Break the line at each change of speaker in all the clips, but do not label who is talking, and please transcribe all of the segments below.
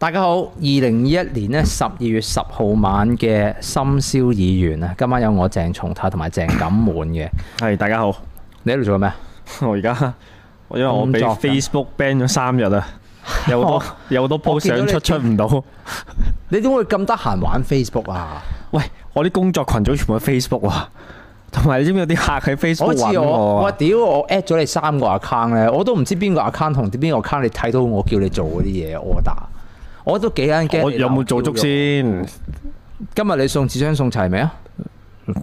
大家好，二零二一年呢十二月十號晚嘅深宵議員啊，今晚有我鄭松泰同埋鄭錦滿 嘅，
係大家好，
你喺度做緊咩啊？
我而家我因為我俾
工作緊
Facebook ban 咗三日啦，有好多有好多 post
見到
想
你
出出唔到。
你點會咁得閒玩 Facebook 啊？
喂，我啲工作群組全部喺 Facebook 啊，同埋你知唔知有啲客喺
我
Facebook
知
揾
我，
我
我
啊？
屌我 at 咗你三個 account 咧，我都唔知邊個 account 同邊個 account 你睇到我叫你做嗰啲嘢 order，我都幾撚驚。
我有冇做足？先？
今日你送紙箱送齊未啊？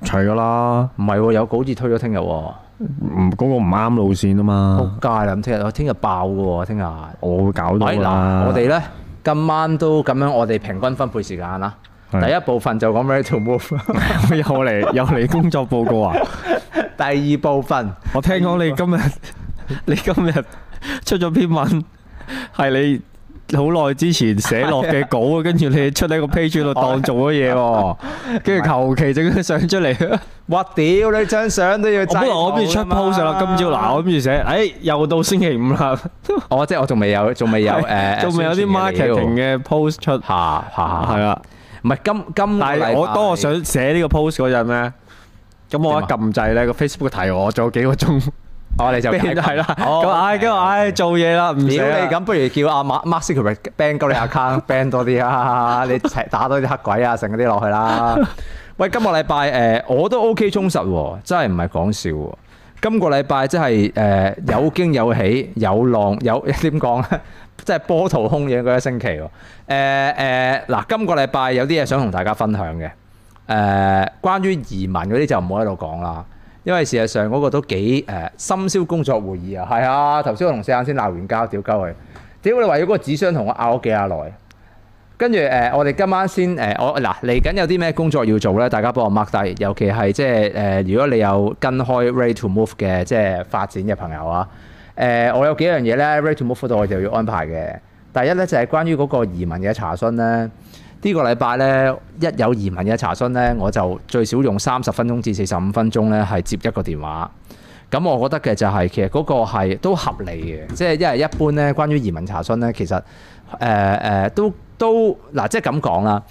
除㗎啦，
唔係喎，有個好似推咗聽日喎，
唔嗰個唔啱路線啊
仆
嘛，
街啦！咁聽日，我聽日爆嘅喎，聽日。
我會搞到
喂，
㗎
嗱，
啦。
我哋咧今晚都咁樣，我哋平均分配時間啦。
係
第一部分就講 ready to move，
又嚟又嚟工作報告啊！
第二部分
我聽講你今日 你今日出咗篇文，係你好耐之前寫落嘅稿，跟住你出喺個 page 度當做咗嘢喎，跟住求其整張相出 嚟。
哇屌你張相都要
我
制
本來我諗住出
到㗎嘛
post 啦，今朝 嗱我諗住寫，誒又到星期五啦，
我即係我仲未有，仲未 有誒，
仲未有啲 marketing 嘅 post 出，係
下下下，
啦。
唔係今今個
但係
禮
我
拜
當我想寫呢個 post 嗰陣咧，咁我一
點
撳掣咧，個 Facebook 提我仲有幾個鐘，
我哋就解
係啦。
哦
咁唉，跟住唉做嘢啦，唔啊
屌
寫啦
你咁，不如叫阿 Mark Mark Zuckerberg ban 鳩你 account ban 多啲啊！你齊打多啲黑鬼啊，成嗰啲落去啦。喂，今個禮拜誒我都 OK 充實喎，真係唔係講笑喎。今個禮拜真係誒、呃有驚有喜，有浪 有點講咧，即係波濤空影嗰一星期喎。誒誒嗱，今個禮拜有啲嘢想同大家分享嘅。誒、呃關於移民嗰啲就唔好喺度講啦，因為事實上嗰個都幾誒、深宵工作會議啊，係啊，頭先我同四眼先鬧完交，屌鳩佢，屌你為咗嗰個紙箱同我拗咗幾下耐，跟住誒我哋今晚先誒、我嗱嚟緊有啲咩工作要做咧，大家幫我 mark 低，尤其係即係誒如果你有跟開 Ready to Move 嘅即係發展嘅朋友啊，誒、我有幾樣嘢咧 Ready to Move 嗰度我就要安排嘅，第一咧就係、關於嗰個移民嘅查詢咧。呢個禮拜呢，一有移民嘅查詢呢，我就最少用三十分鐘至四十五分鐘呢，係接一個電話。咁我覺得嘅就係、其實嗰個係都合理嘅，即係因為一般呢，關於移民查詢呢，其實誒誒、呃呃都都嗱、即係咁講啦，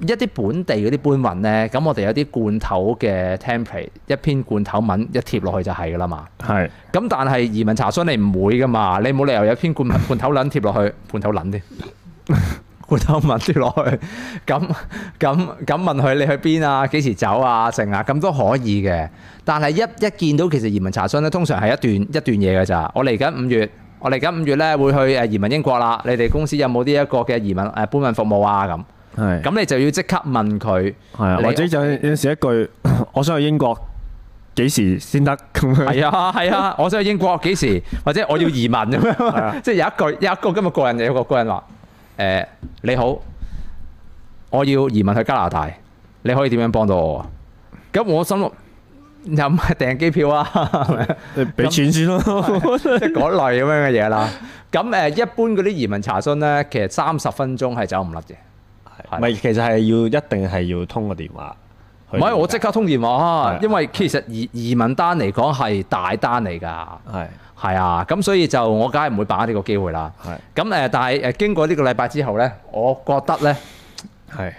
一啲本地嗰啲搬運呢，咁我哋有啲罐頭嘅 template，一篇罐頭文一貼落去就係㗎啦嘛。
係。
咁但係移民查詢你唔會噶嘛，你冇理由有篇罐罐頭撚貼落去，罐頭撚添，罐頭文貼落去，咁咁咁問佢你去邊啊，幾時走啊，成啊，咁都可以嘅。但係一一見到其實移民查詢咧，通常係一段一段嘢㗎咋。我嚟緊五月，我嚟緊五月咧會去誒移民英國啦。你哋公司有冇呢一個嘅移民誒搬運服務啊？咁
係
咁你就要即刻問佢。
係啊，
你
或者就有陣時一句， 我想去英國幾時先得咁樣？
係啊，係啊，我想去英國幾 時，或者我要移民咁樣，
啊
即係有一句有一個今日個人有個個人話：誒、你好，我要移民去加拿大，你可以點樣幫到我啊？咁我心諗又唔係訂機票啊， 係咪
你 俾錢先咯。
即係嗰類咁樣嘅嘢啦。咁呃誒，一般嗰啲移民查詢咧，其實三十分鐘係走唔甩嘅。
唔係，其實係要一定係要通個電話。
唔係，我即刻通電話
係，啊
因為其實移移民單嚟講係大單嚟㗎。
係
係啊，咁所以就我梗係唔會把握呢個機會啦。
係
咁誒，但係誒呃經過呢個禮拜之後咧，我覺得咧
係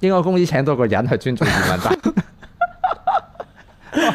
應該公司請多個人去專注移民 單。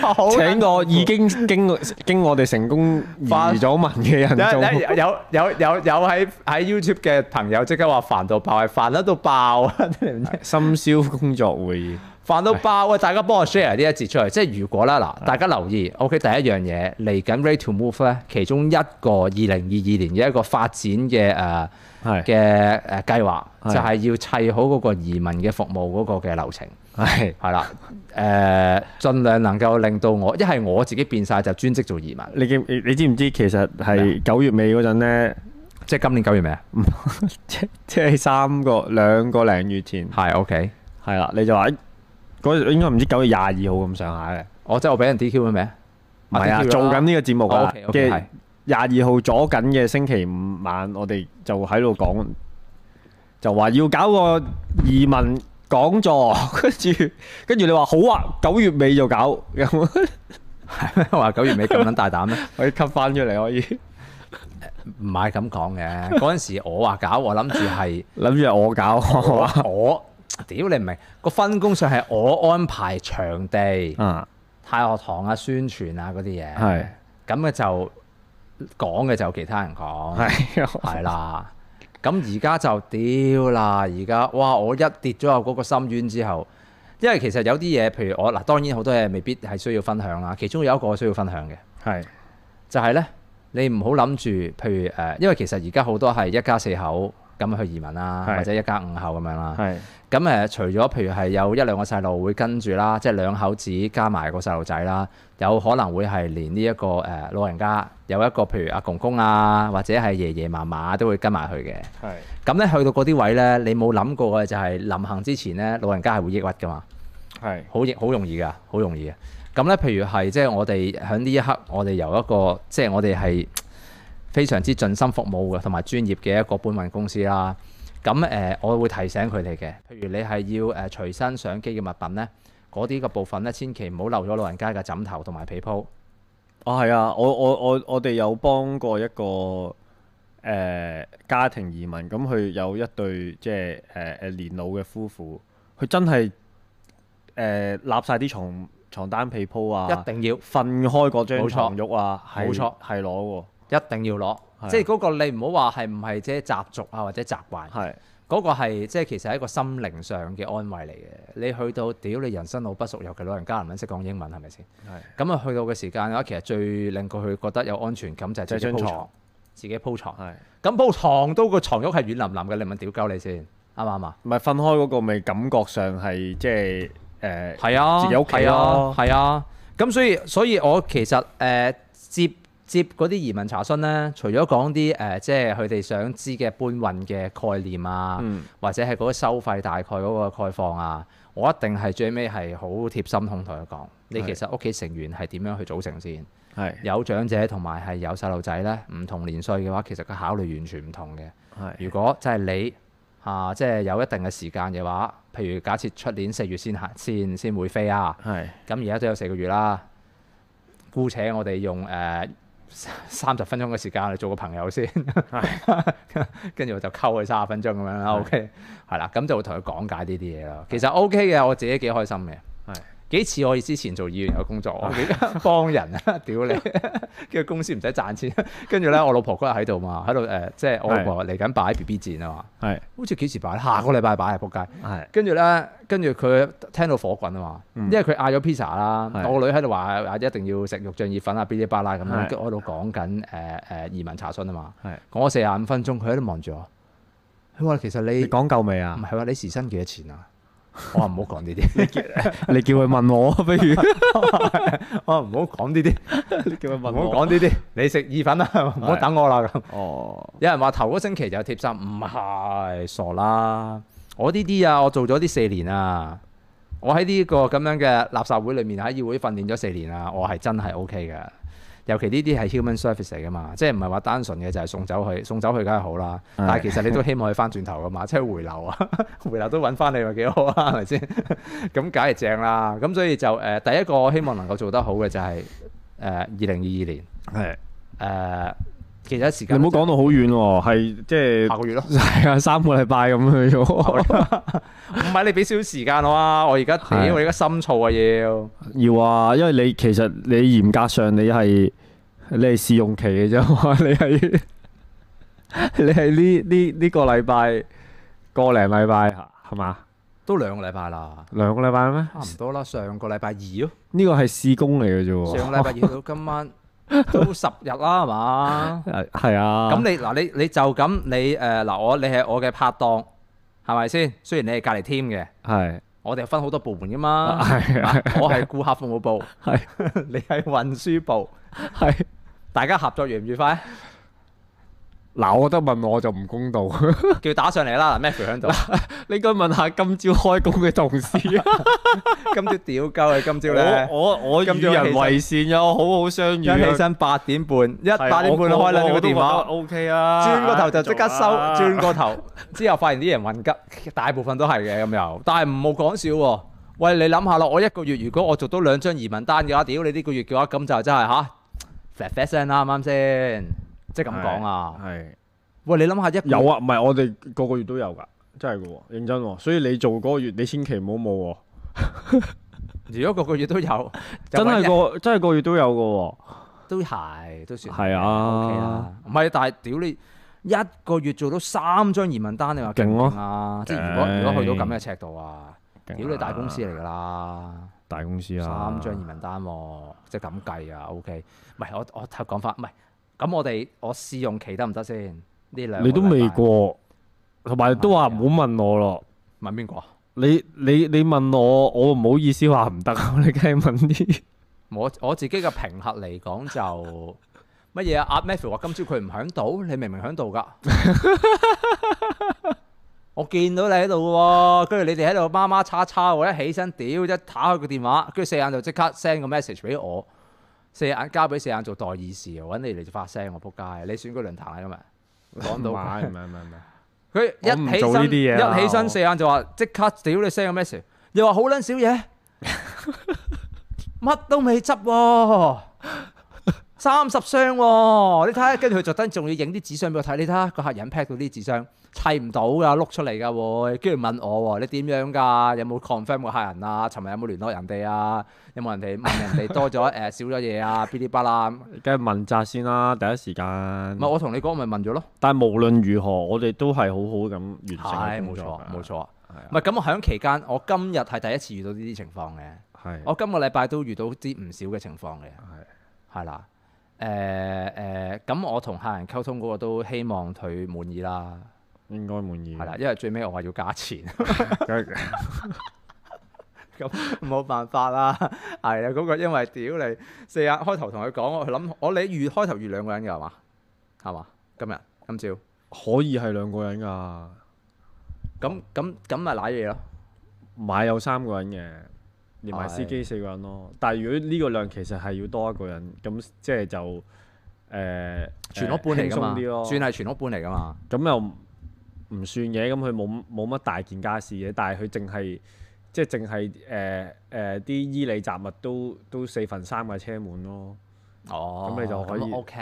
好
請個已經經經我哋成功移咗民嘅人做。
有有有有有喺喺 YouTube 嘅朋友即刻話煩到爆，係煩得到爆啊！
深宵工作會議
煩到爆啊！大家幫我 share 呢一節出嚟，即係如果啦嗱，大家留意，OK，第一樣嘢嚟緊 Ready to Move 咧，其中一個二零二二年嘅一個發展嘅誒。呃
係
嘅誒計劃，就
係
係要砌好嗰個移民嘅服務嗰個嘅流程，
係
係啦，誒，盡量能夠令到我一係我自己變晒就專職做移民，
你記你你知唔知其實係九月尾嗰陣咧，
即係今年九月尾啊，
即即係三個兩個零月前
係 OK，
係啦，你就話哎嗰應該唔知九月廿二號咁上下嘅。
我哦即係我俾人 DQ 嘅咩？
唔係啊，做緊呢個節目啊
OK，OK，
嘅
係
廿二號左緊嘅星期五晚，我哋就喺度講，就話要搞個移民講座， 跟住跟住你話好啊，九月尾就搞，咁
話九月尾咁撚大膽咩？
可以 cut 翻出嚟可以。
誒、唔係咁講嘅，嗰陣時我話搞，我諗住係
諗住係我 搞係嘛？
我 我屌你唔明個分工上係我安排場 地、
啊，
太學堂啊、宣傳啊嗰啲嘢，
係
咁嘅就講嘅就其他人講，
係啊
係啦。咁而家就屌啦！而家哇，我一跌咗入嗰個深淵之後，因為其實有啲嘢，譬如我嗱，當然好多嘢未必係需要分享啦。其中有一個我需要分享嘅，
係
就係咧，你唔好諗住，譬如誒、呃因為其實而家好多係一家四口咁去移民啦，
係
或者一家五口咁樣啦。
係
咁誒、呃除咗譬如係有一兩個細路會跟住啦，即係兩口子加埋個細路仔啦，有可能會係連呢、一個誒、呃老人家有一個譬如阿公公啊，或者係爺爺嫲嫲都會跟埋去嘅。
係
咁咧去到嗰啲位咧，你冇諗過嘅就係臨行之前咧，老人家係會抑鬱噶嘛。
係
好易好容易噶，好容易嘅。咁咧，譬如係即係我哋喺呢一刻，我哋由一個即係我哋係非常之盡心服務嘅，同埋專業嘅一個搬運公司啦。咁誒、呃我會提醒佢哋嘅，譬如你係要誒、呃、隨身相機嘅物品咧，嗰啲嘅部分咧，千祈唔好漏咗老人家嘅枕頭同埋被鋪。
啊係啊！我我我我哋有幫過一個誒、呃家庭移民，咁佢有一對即係誒誒年老嘅夫婦，佢真係誒立晒啲床床單被鋪啊，
一定要
瞓開嗰張
冇錯
床褥啊，係
冇錯
係攞
一定要攞
係，
即係嗰個你唔好話係唔係即係習俗啊或者習慣
喎，。係
嗰個係即係其實係一個心靈上嘅安慰嚟嘅。你去到屌你人生路不熟，尤其老人家唔撚識講英文係咪先？
係
咁啊去到嘅時間嘅話，其實最令佢佢覺得有安全感就係自己
就係張
鋪
床
床，自己鋪床。
係。
咁鋪床都個床褥係軟淋淋嘅，你咪屌鳩你先，啱唔啱啊？
唔係瞓開嗰個咪感覺上係即係呃誒
係啊，
自己屋企
係啊
咯，
係啊。咁所以所以我其實誒、呃接接嗰啲移民查詢咧，除咗講啲誒即係佢哋想知嘅搬運嘅概念啊，
嗯
或者係嗰個收費大概嗰個概況啊，我一定係最尾係好貼心同佢講，你
係
其實屋企成員係點樣去組成先？
係
有長者同埋係有細路仔咧，唔同年歲嘅話，其實個考慮完全唔同嘅。
係
如果即係你啊，即係有一定嘅時間嘅話，譬如假設出年四月先行先先會飛啊，
係
咁而家都有四個月啦。姑且我哋用誒 三十分鐘嘅時間嚟做個朋友先， 跟住我就溝佢三十分鐘咁樣啦。
係
OK，係啦，咁就會同佢講解呢啲嘢啦。其實 OK 嘅，我自己幾開心嘅。
係
幾似我之前做議員嘅工作，我幾 幫人啊，屌你！跟住公司唔使賺錢，跟住咧我老婆嗰日喺度嘛，喺度誒，即係我老婆嚟緊擺 B B 戰啊嘛，
係
好似幾時擺？下個禮拜擺啊，仆街！
係
跟住咧，跟住佢聽到火滾啊嘛，
嗯
因為佢嗌咗 pizza 啦，
係
我個女喺度話啊一定要食肉醬意粉啊，嗶哩吧啦咁樣，跟
係
住我喺度講緊誒誒移民查詢啊嘛，
係。
講咗四十五分鐘，佢喺度望住我，佢話其實你
你講夠未
唔
啊？
係話你時薪幾多錢啊？我話唔好講呢啲。
你叫佢問我啊，不如
哦，唔好講呢啲，
你叫佢問
唔好講呢啲。你食意粉啦，啊唔好等我啦咁。
哦，
有人話頭嗰星期就有貼心，唔係傻啦。我呢啲啊，我做咗呢四年啊，我喺呢個咁樣嘅垃圾會裏面喺議會訓練咗四年啊，我係真係 OK 嘅。尤其呢啲係 human service 嚟噶嘛，即係唔係話單純嘅就係送走佢，送走佢梗係好啦。但係其實你都希望佢翻轉頭噶嘛， 即係回流啊，回流都揾翻你咪幾好啊，係 咪先？咁梗係正啦。咁所以就誒、呃第一個我希望能夠做得好嘅就係誒二零二二年誒、
係
呃其實時
你
間
唔好講到好遠喎，係即
下
係
個月咯。
係啊， 三個禮拜咁去 咗。
唔係你俾少少時間我啊！我而家屌
係
我而家心燥啊要，
要啊，因為你其實你嚴格上你係你係試用期嘅啫 嘛，你係你係呢呢呢個禮拜個零禮拜係嘛？
都兩個禮拜啦，
兩個禮拜咩？
差唔多啦。 上個禮拜二咯，
呢個係試工嚟嘅啫
上
喎。
個禮拜二到今晚都十日啦，係嘛？
誒係啊。
咁你嗱你你就咁你誒嗱我你係我嘅拍檔係咪先？雖然你係隔離 team 嘅，
係
我哋分好多部門噶嘛。
係啊
我係顧客服務部，
係
你係運輸部，
係。
大家合作愉唔愉快？
嗱，我覺得問我就唔公道，
叫打上嚟啦！嗱，Matthew 喺 度，
你應該問下今朝開工嘅同事。
今朝屌鳩佢，今朝咧
我。我我
今
與
朝起身
人為善有好好相
一
遇啊。
起身八點半，一
係啊
八點半開兩個電話。
O K 啊。
轉個頭就即刻收， 轉
個
個頭之後發現啲人混吉，大部分都係嘅咁又，但係唔冇講笑喎。喂，你諗下咯，我一個月如果我做到兩張移民單嘅話，屌你呢個月嘅話，咁就真係吓 flat flat 聲啦，啱唔啱先？即係咁講啊！
係
喂，你諗下一個
有啊，唔係我哋個個月都有㗎，真係㗎喎，認真喎。所以你做嗰個月，你千祈唔好冇喎。
如果個個月都有，就
真
揾一
係個真係個月都有㗎
都係都算
喎。係啊
OK 啦。唔係，但係屌你一個月做到三張移民單，你話勁唔勁啊！即係如果
勁
如果去到咁嘅尺度啊，
勁啊
屌你大公司嚟㗎啦，
大公司啊，
三張移民單喎，即係咁計啊！OK，唔係我我講翻，唔係咁我哋我試用期得唔得先？呢兩個
你都未
禮拜
過，同埋都話唔好問我咯。
問邊個啊？
你你你問我，我唔好意思話唔得， 你梗係問啲。
我我自己嘅評核嚟講就乜嘢啊？阿 Matthew 話今朝佢唔響度，你明明響度噶。我見到你喺度喎，跟住你哋喺度孖孖叉叉，我一起身屌一打開個電話，跟住四眼就即刻 send 個 message 俾我，四眼交俾四眼做代議士，揾你嚟就發聲，我仆街！你選舉論壇啊今日。講到
唔係唔係唔係唔係，
佢一
我唔
起
做呢
身，
啲嘢啦
一起身
我
四眼就話即刻屌你 send 個 message，又話好撚少嘢，乜都未執喎，三十箱喎，你睇下，跟住佢特登仲要影啲紙箱俾我睇，你睇下個客人 pack 到啲紙箱砌唔到噶，碌出嚟噶會，跟住問我喎，你點樣㗎？有冇 confirm 個客人啊？尋日有冇聯絡人哋啊？有冇人哋問人哋多咗誒、呃少咗嘢啊？噼里啪啦，唔
梗係問責先啦，第一時間。
係我同你講，我咪問咗咯。
但係無論如何，我哋都係好好咁
係
完成嘅
冇錯
工作㗎。
冇錯，
係啊
唔係咁我喺期間，我今日係第一次遇到呢啲情況嘅，
係
我今個禮拜都遇到啲唔少嘅情況嘅，係啦，誒、誒，咁、我同客人溝通嗰個都希望佢滿意啦，
應該滿意。
係啦，因為最尾我話要加錢，
梗係
咁冇辦法啦，係啊，嗰、個因為屌你四日開頭同佢講，我諗我你預開頭預兩個人嘅係嘛，係嘛，今日今朝，
可以係兩個人㗎，
咁咁咁咪賴嘢咯，
買有三個人嘅，連埋司機四個人咯。但係如果呢個量其實係要多一個人，咁即係就誒、呃、
全屋搬嚟
輕
㗎
鬆
嘛
啲，咯。
算係全屋搬嚟㗎嘛，
咁又唔算嘅，咁佢冇冇乜大件家事嘅，但係佢淨係即係淨係誒誒啲衣履雜物都都四分三嘅車滿咯。
哦，
咁你就可以
OK，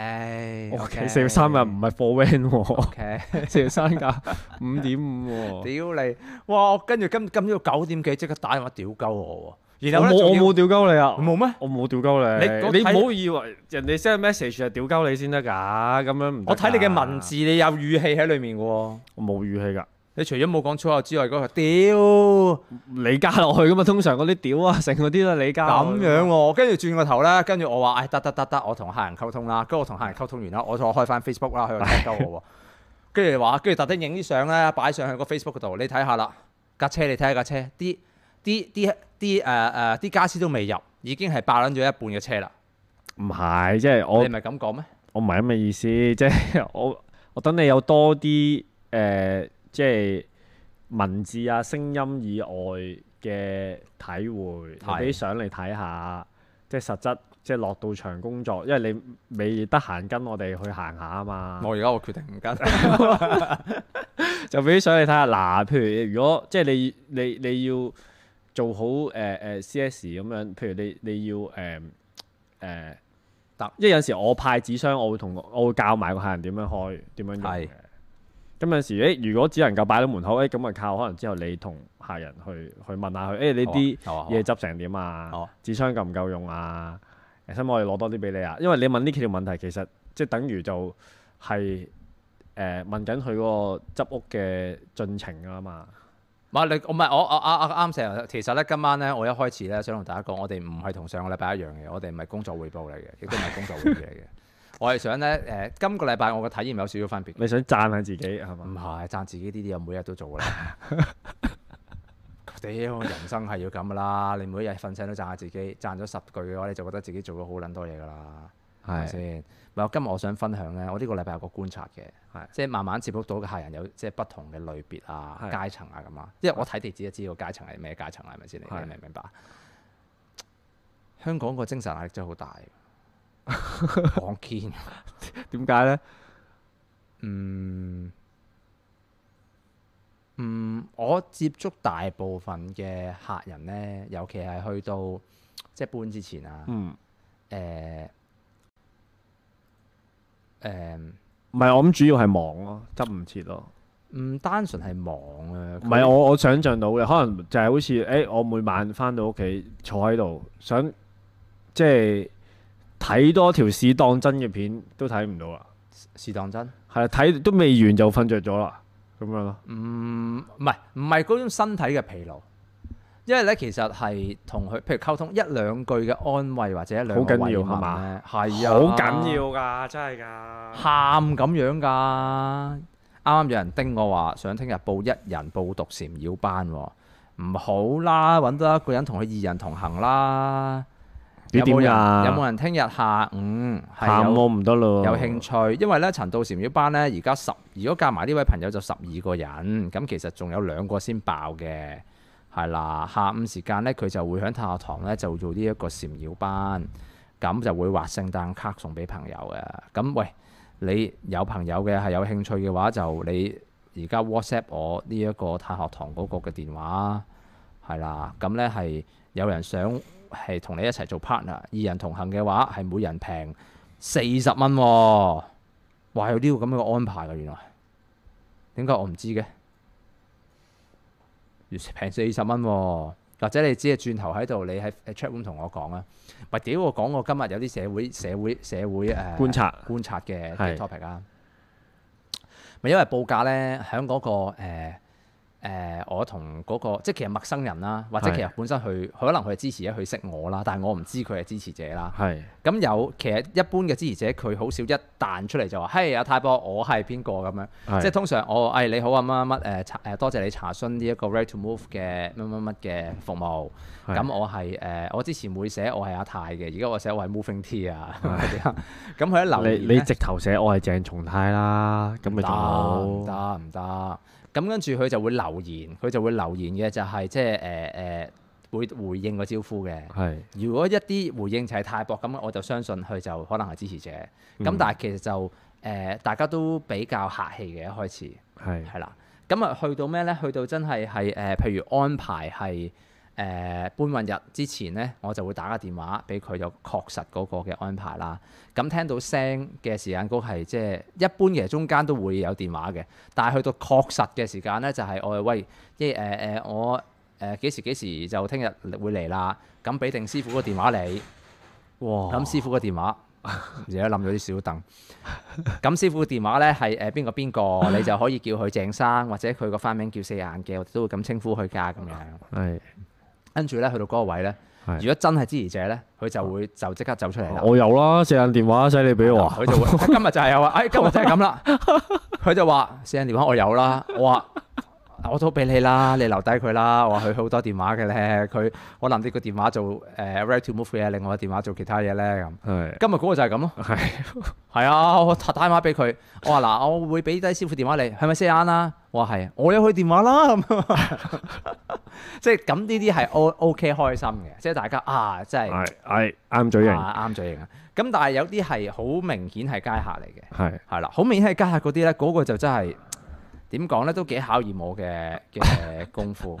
嗯
我四分三又唔係 for van 喎，
OK。
四分三架五點五 喎。
屌你！哇！我跟住今今朝九點幾即刻打電話屌鳩我喎，然
我
後咧
冇
仲要
我冇屌鳩你啊！
冇咩？
我冇屌鳩
你
你，你
我睇
唔好以為人哋 send message 係屌鳩你先得㗎，咁樣唔得㗎
我睇你嘅文字，，你有語氣喺裡面嘅喎。
我冇語氣㗎。
你除咗冇講粗口之外，嗰個屌
你加落去㗎嘛，通常嗰啲屌啊，成嗰啲都係你加落
咁
去㗎嘛。
樣喎，跟住轉個頭咧，跟住我話：，哎唉，得得得得，我同客人溝通啦。跟住我同客人溝通完啦，我再開翻 Facebook 啦，佢就屌鳩我 喎。跟住話，跟住特登影啲相咧，擺上去個 Facebook 嗰度，你睇下啦。架車你睇下架車，啲啲啲啲誒誒啲家私都未入，已經係爆撚咗一半嘅車啦。
唔係，即係我
你咪咁講咩？
我唔係咁嘅意思， 即係我我等你有多啲誒、呃即係文字啊、聲音以外嘅體會，
係
俾啲相嚟睇下，即係實質，即係落到場工作，因為你未得閒跟我哋去行下啊嘛，
我而家我決定唔 跟。
就俾啲相你睇下。嗱，譬如如果即係你你你要做好誒誒、呃 CS 咁樣，譬如你你要誒誒。呃
得
因為有陣時我派紙箱，我會同我我會教埋個客人點樣開，點樣用嘅
係
咁有陣時，誒如果只能夠擺到門口，誒咁咪靠可能之後你同客人去去問下佢，誒呢 啲
好啊好啊好啊
嘢執成點啊
好啊？
紙箱夠唔夠用啊？誒使唔使我哋攞多啲俾你啊？因為你問呢幾條問題，其實即係等於就係、誒、問緊佢個執屋嘅進程啊嘛。
唔係你，唔係我我啱啱成日，其實咧今晚咧，我一開始咧想同大家講，我哋唔係同上個禮拜一樣嘅，我哋唔係工作匯報嚟嘅，亦都唔係工作會議嚟嘅。我係想咧，誒、今個禮拜我嘅體驗有少少 分別。
你想讚下自己係
唔
嘛？
係讚自己呢啲嘢，每日都做㗎啦。屌，人生係要咁噶啦，你每日瞓醒都讚下自己，讚咗十句嘅話，你就覺得自己做咗好撚多嘢㗎啦。係咪
係
先？唔係，我今日我想分享咧，我呢個禮拜有個觀察嘅
係，
即係慢慢接觸到嘅客人有即係不同嘅類別啊、
係
階層啊咁啊。因為我睇地址就知個階層係咩階層啦，係咪先？你
係
你明唔明白？香港個精神壓力真係好 大，講堅。
點解咧？
嗯，嗯，我接觸大部分嘅客人咧，尤其係去到即係搬之前啊。
嗯，
誒誒
唔係我諗主要係忙咯，執唔切咯。
唔單純係忙啊，
唔
佢
係我我想像到嘅，可能就係好似誒、我每晚翻到屋企坐喺度，想即係睇多條市當真嘅片都睇唔到啊啦，
是當真。
係啦，睇都未完就瞓着咗啦，咁樣咯。
嗯，唔係唔係嗰種身體嘅疲勞，因為咧其實係同佢譬如溝通一兩句嘅安慰或者一兩
好緊
個
要
慰問
係嘛
咧，係啊，
好緊要㗎，真係㗎。
喊咁樣㗎。啱啱有人叮我話想聽日報一人報讀禪繞班喎，唔好啦，揾多一個人同佢二人同行啦。
你
有冇
點
人
㗎？
有冇人聽日下午係
喊
有
我唔得咯，
有興趣，因為咧陳道禪繞班咧，而家十如果夾埋呢位朋友就十二個人，咁其實仲有兩個先爆嘅，係啦。下午時間咧，佢就會喺太學堂咧就做呢一個禪繞班，咁就會畫聖誕卡送俾朋友嘅。咁喂，你有朋友嘅係有興趣嘅話，就你而家 WhatsApp 我呢一個太學堂嗰個嘅電話，係啦。咁咧係有人想係同你一齊做 partner，二人同行嘅話係每人平。四十蚊喎，哇！有呢個咁樣嘅安排㗎，原來點解我唔知嘅？平四十蚊喎，或者你只係轉頭喺度，你喺 chat room 同我講啊。喂，屌我講我今日有啲社會社會社會誒、呃
觀察
觀察嘅
係
topic 啊。咪因為報價咧，喺嗰、個誒、呃呃我同嗰、個即係其實陌生人啦，或者
係
其實本身佢佢可能佢係支持者，佢識我啦，但係我唔知佢係支持者啦。
係
咁有其實一般嘅支持者，佢好少一彈出嚟就話：嘿，阿泰博，我係邊個咁樣？即係
係
通常我誒、哎、你好啊乜乜乜誒查誒多謝你查詢呢一個 Ready to Move 嘅乜乜乜嘅服務。
係
咁我係誒、呃我之前會寫我係阿泰嘅，而家我寫我係 Moving T 啊。咁佢一留言
你你
咧
直頭寫我係鄭松泰啦，咁咪仲好
唔得唔得。咁跟住佢就會留言，佢就會留言嘅就係即係誒誒會回應個招呼嘅。
係
如果一啲回應就係太薄咁，我就相信佢就可能係支持者。咁、
嗯
但係其實就誒、呃大家都比較客氣嘅一開始
係
係啦。咁啊，去到咩咧？去到真係係誒，譬如安排係誒、呃搬運日之前咧，我就會打個電話俾佢，就確實嗰個嘅安排啦。咁聽到聲嘅時間高係即係一般，其實中間都會有電話嘅，但係去到確實嘅時間咧，就係、我係喂，即係誒誒我誒幾時幾時就聽日會嚟啦，咁俾定師傅個電話你。
哇
咁師傅個電話， 而家冧咗啲小凳。咁師傅個電話咧係誒邊個邊個，你就可以叫佢鄭生，或者佢個花名叫四眼嘅，我哋都會咁稱呼佢㗎咁樣。
係
跟住咧去到嗰個位咧，
哦係哦
如果真係支持者咧，佢就會就即刻走出嚟啦。
我有啦，四眼電話使你俾我啊，
佢就會今日就係有啊，哎今日就係咁啦。佢就話四眼電話我有啦，我話。我都俾你啦，你留低佢啦。我話佢好多電話嘅咧，佢可能呢個電話做誒 r e d to move 嘅嘢，另外個電話做其他嘢咧咁。
係
今日嗰個就係咁啊咯。
係
係啊，我打打電話俾佢，我話嗱，我會俾低師傅電話你，係咪四眼啊？我話係，我有佢電話啦咁， 即係咁呢啲係 O O K 開心嘅，即係大家啊，真係
係係啱嘴型，
啊啱嘴型啊！咁但係有啲係好明顯係街客嚟嘅，
係
係啦，好明顯係街客嗰啲咧，嗰、個就真係點講咧，都幾考驗我嘅嘅功夫。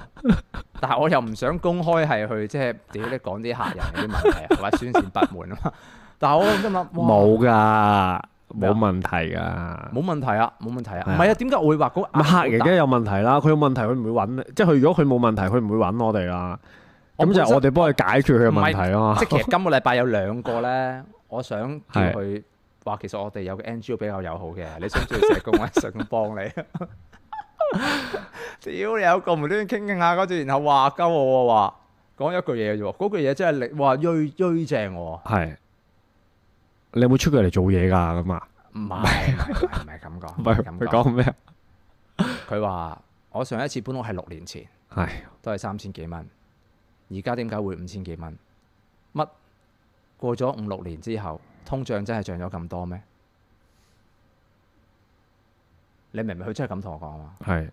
但係我又唔想公開係去即係屌你講啲客人嗰啲問題，或者宣泄不滿啊嘛。但係我咁諗，哇
冇㗎，
咩啊
冇問題㗎。
冇問題啊，冇問題啊。
係啊
唔係啊，點解我會話嗰個
咪
額好
客人梗
大
係有問題啦，佢有問題佢唔會揾，即係佢如果佢冇問題，佢唔會揾我哋啦。
我
咁就
本身
我哋幫佢解決佢嘅問題啊嘛
即。係其實今個禮拜有兩個咧，我想叫佢話其實我哋有個 NGO 比較友好嘅，你想唔想社工咧？想幫你。 屌你有個無端端傾傾下嗰陣，然後話鳩我喎話講一句嘢啫喎，嗰句嘢真係你哇鋭鋭正喎。
係，你有冇出佢嚟做嘢㗎咁啊？
唔係唔係唔係唔係咁講，
唔
唔
係
係
佢
咁講。
講咩啊？
佢話我上一次搬屋係六年前。
係
都係三千幾蚊。而家點解會五千幾蚊？乜過咗五六年之後，通脹真係漲咗咁多咩？你明唔明？佢真係咁同我講嘛？
係，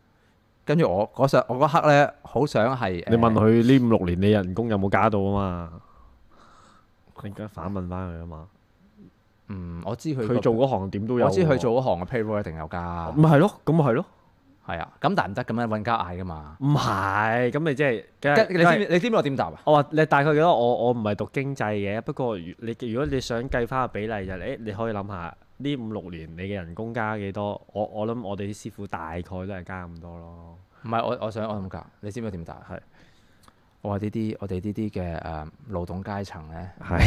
跟住我嗰上我嗰刻咧，好想係呃
你問佢呢五六年你人工有冇加到啊嘛？你而家反問翻佢啊嘛？
嗯，我知佢個
佢做嗰行點都有喎。
我知佢做嗰行嘅 payroll 一定有加，
咪係咯，咁咪係咯，
係啊。咁但係唔得咁樣揾家嗌噶嘛。
唔係咁你即係梗係
跟你知唔知你知唔知我點答啊？
我話你大概幾多？我我唔係讀經濟嘅，不過如你如果你想計翻個比例就誒，你可以諗下呢五六年你嘅人工加幾多？我我諗我哋啲師傅大概都係加咁多咯。
唔係我我想我咁教，你知唔知點答？啊
係
我話呢啲我哋呢啲嘅誒勞動階層咧，
係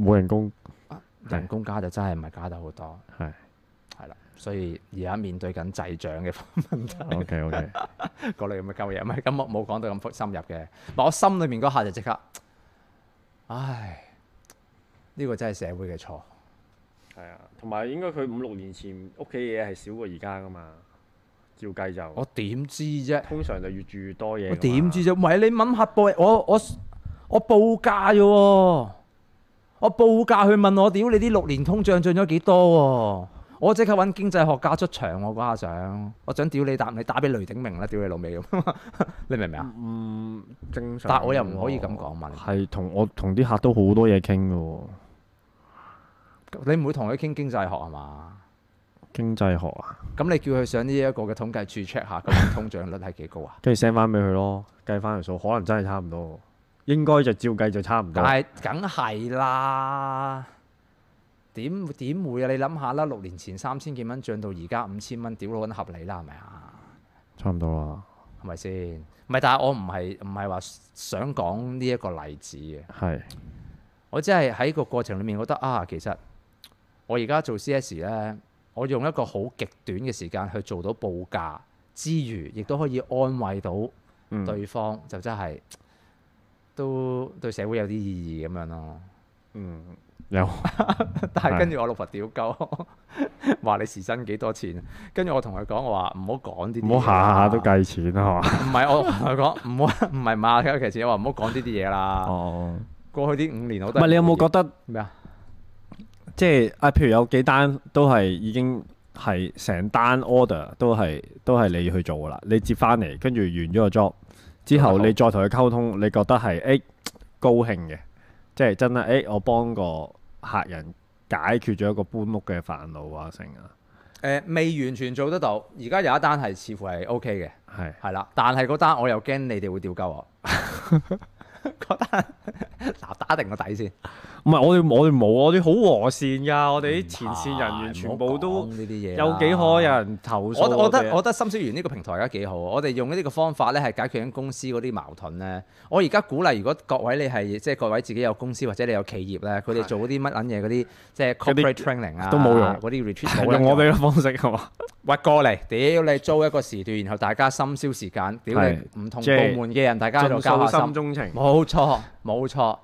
冇人工係
人工加就真係唔係加得好多，
係。
係啦。所以而家面對緊滯漲嘅 問題，
OK OK，
嗰類咁嘅鳩嘢，唔係咁我冇講到咁複深入嘅。唔係我心裏面嗰下就即刻，唉，呢、個真係社會嘅錯。
係啊，同埋應該佢五六年前屋企嘢係少過而家噶嘛，照計就
我點知啫？
通常就越住越多嘢㗎
我
嘛。
點知啫？唔係你問下報，我我我報價啫喎，我報價去問我屌你啲六年通脹漲咗幾多喎、我即刻揾經濟學家出場喎，嗰下想，我想屌你答你打俾雷鼎明啦，屌你老味咁， 你明唔明啊？
嗯，正常。
但係我又唔可以咁哦講嘛
係同我同啲客都好多嘢傾嘅喎，
你唔會同佢傾經濟學係嘛？
經濟學啊，
咁你叫佢上呢一個嘅統計處 check 下，究 竟通脹率係幾高啊？
跟住 send 翻俾佢咯，計翻條數，可能真係差唔多，應該就照計就差唔多
但。係梗係啦，點點會啊？你諗下啦，六年前三千幾蚊漲到而家五千蚊，屌到揾合理啦，係咪啊？
差唔多啦，
係咪先？唔係，但係我唔係唔係話想講呢一個例子嘅，
係
我只係喺個過程裡面覺得啊，其實我而家做 CS 咧，我用一個好極短嘅時間去做到報價之餘，亦都可以安慰到
嗯
對方，就真係都對社會有啲意義咁樣咯。
嗯有
但係跟住我老婆屌鳩， 話你時薪幾多錢？啊跟住我同佢講，我話唔好講呢啲嘢啊啦，
唔好下下都計錢啦，係嘛？
唔係我同佢講唔好，唔係馬卡其實我話唔好講呢啲嘢啦。
哦，
過去呢五年我
唔
都
係你有冇覺得
咩啊？
即係啊？譬如有幾單都係已經係成單 order 都係都係你去做噶啦，你接翻嚟，跟住完咗個 job 之後，
好
你再同佢溝通，你覺得係誒、高興嘅，即係真係誒、我幫個客人解決咗一個搬屋嘅煩惱啊，成啊，
誒呃未完全做得到，而家有一單係似乎係 O K 嘅，
係
係啦。但係嗰單我又驚你哋會屌鳩我。 嗰單嗱打定個底先，
唔係我哋我哋冇，我哋好和善噶，我哋啲前線人員
啊唔好
全部都
講呢啲嘢啦
有幾可有人投訴
我我覺
哋
得我覺得深宵園呢個平台而家幾好，我哋用呢個方法咧係解決緊公司嗰啲矛盾咧。我而家鼓勵，如果各位你係即係各位自己有公司或者你有企業咧，佢哋做嗰啲乜撚嘢嗰啲即
嗰
係
啲
corporate training 啊，
都冇用
嗰啲 retreat 冇
用
用
我哋嘅方式係 嘛？
屈過嚟，屌你租一個時段，然後大家深宵時間，屌你唔同
即
部
係
門嘅人，大家喺度交下心，
中情
冇錯冇錯，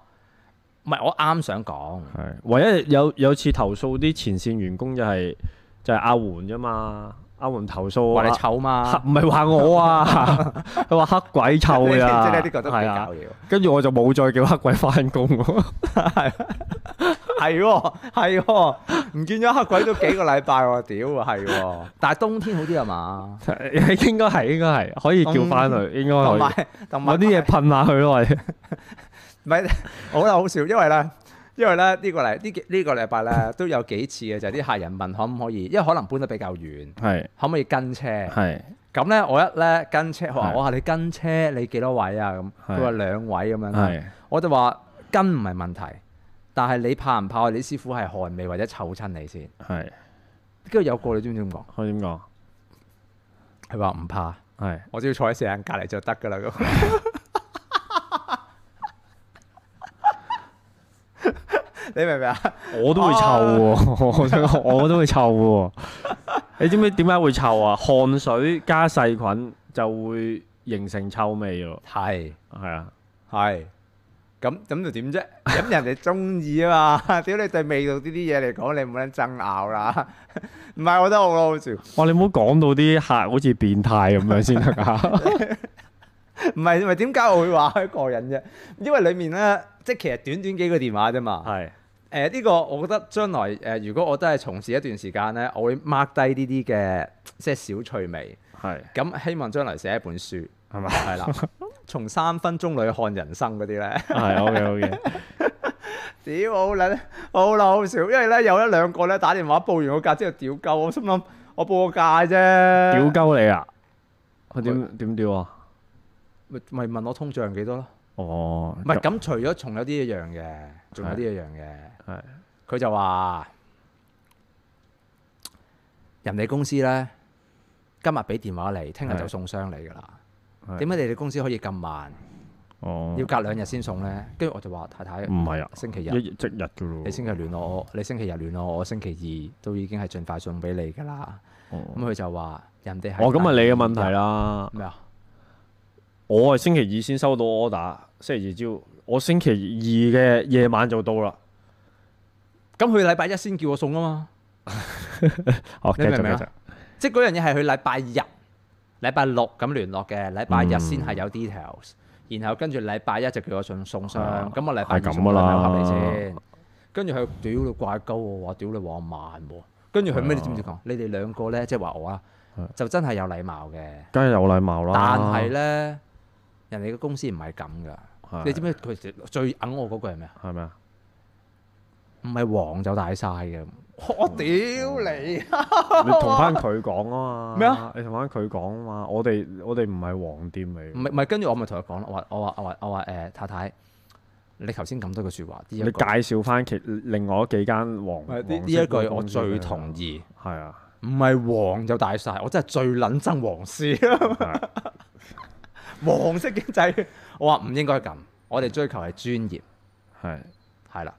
唔係我啱想講，
係，唯一有有次投訴啲前線員工就係、就係、阿媛啫嘛，阿媛投訴
話你
話
醜嘛，
黑唔係話 我啊，佢話黑鬼臭
你知唔知
㗎，
呢啲覺得幾
係啊
搞，笑。
跟住我就冇再叫黑鬼翻工喎，
係喎，係喎，唔見咗黑鬼都幾個禮拜喎，屌啊，係喎。但係冬天好啲係啊嘛？
應該係應該係可以叫翻佢，應該可
同
以
埋同埋
揾哦啲嘢噴下佢咯，或者
唔係好啦，好笑，因為咧，因為咧呢個禮呢幾呢個禮拜咧都有幾次嘅，就係啲客人問可唔可以，因為可能搬得比較遠，
係
可唔可以跟車？
係
咁咧我一咧跟車，佢話
係
我話你跟車你幾多位啊？咁
係
佢話兩位咁樣啦。
係
我就話跟唔係問題，但係你怕唔怕你啲師傅係汗味或者臭親你先？
係
跟住有個你知唔知點講？
可以點講
佢話唔怕。
係。
我只要坐喺四眼隔離就得㗎啦咁。 你明唔明啊？
我都會臭喎，我想講哦 我都會臭喎。你知唔知點解會臭啊？汗水加細菌就會形成臭味咯。
係
係啊，
係。咁咁就點啫？咁人哋中意啊嘛！屌你對味道呢啲嘢嚟講，你冇得爭拗啦。唔係，我覺得好好笑。
哇！你唔好講到啲客好似變態咁樣先得㗎。
唔係唔係點解我會話佢過癮啫？因為裡面咧，即係其實短短幾個電話啫嘛。
係
誒呢個我覺得將來誒、如果我都係從事一段時間咧，我會 mark 低呢啲嘅即係小趣味。
係
咁希望將來寫一本書，
係嘛？
係啦， 從三分鐘裏看人生嗰啲咧，
係 OK OK。
屌好撚好撚好笑，因為咧有一兩個咧打電話報完個價之後屌鳩，我心諗我報個價啫，
屌
屌
鳩你啊！佢點點屌啊？
咪問我通脹幾多咯？
哦，
唔係咁，除咗仲有啲一樣嘅，仲有啲一樣嘅，
係
佢就話人哋公司咧今日俾電話你，聽日就
係
送箱你噶啦。
係
點解你哋公司可以咁慢，
哦
要隔兩日先送咧？跟住我就話太太，
唔係啊，
星期日
一即日噶咯
你。星期聯絡我，你星期日聯絡我，我星期二都已經係盡快送俾你噶啦。咁
啊
哦，
佢就話人哋係
哦
咁咪你嘅問題啦。
咩啊？
我係星期二先收到 order，星期二朝，我星期二嘅夜晚就到啦。
咁佢禮拜一先叫我送啊嘛，
哦，
你
繼續
明唔明啊
繼續
即係嗰樣嘢係佢禮拜日、禮拜六咁聯絡嘅，禮拜日先係有 details，、然後跟住禮拜一就叫我送送箱，
啊
咁我禮拜二
係咁
送咗
㗎啦
禮拜一盒你先，跟住佢屌你怪鳩我話屌你話我慢喎，跟住佢咩你知唔知講？你哋兩個咧即係話我啦
係，
就真係有禮貌嘅，
梗係有禮貌啦。
但係咧人哋嘅公司唔係咁噶，
係
你知唔知佢最揞我嗰句係咩啊？
係 咪啊？
唔係黃就大晒嘅，我屌你！
你同翻佢講啊嘛。
咩啊？
你同翻佢講啊嘛。我哋我哋唔係黃店嚟
唔
嘅。
係唔係，跟住我咪同佢講咯，我話我話我話我話誒太太，你頭先咁多句説話，呢一
你
句
介紹翻其另外幾間黃
唔係
黃
呢呢
色
一句我
公司
最
嘅
同。意，
係啊，
唔係黃就大晒，我真係最撚憎黃絲，
係啊
黃色經濟，我話唔應該咁，我哋追求係專業，
係。
係啦，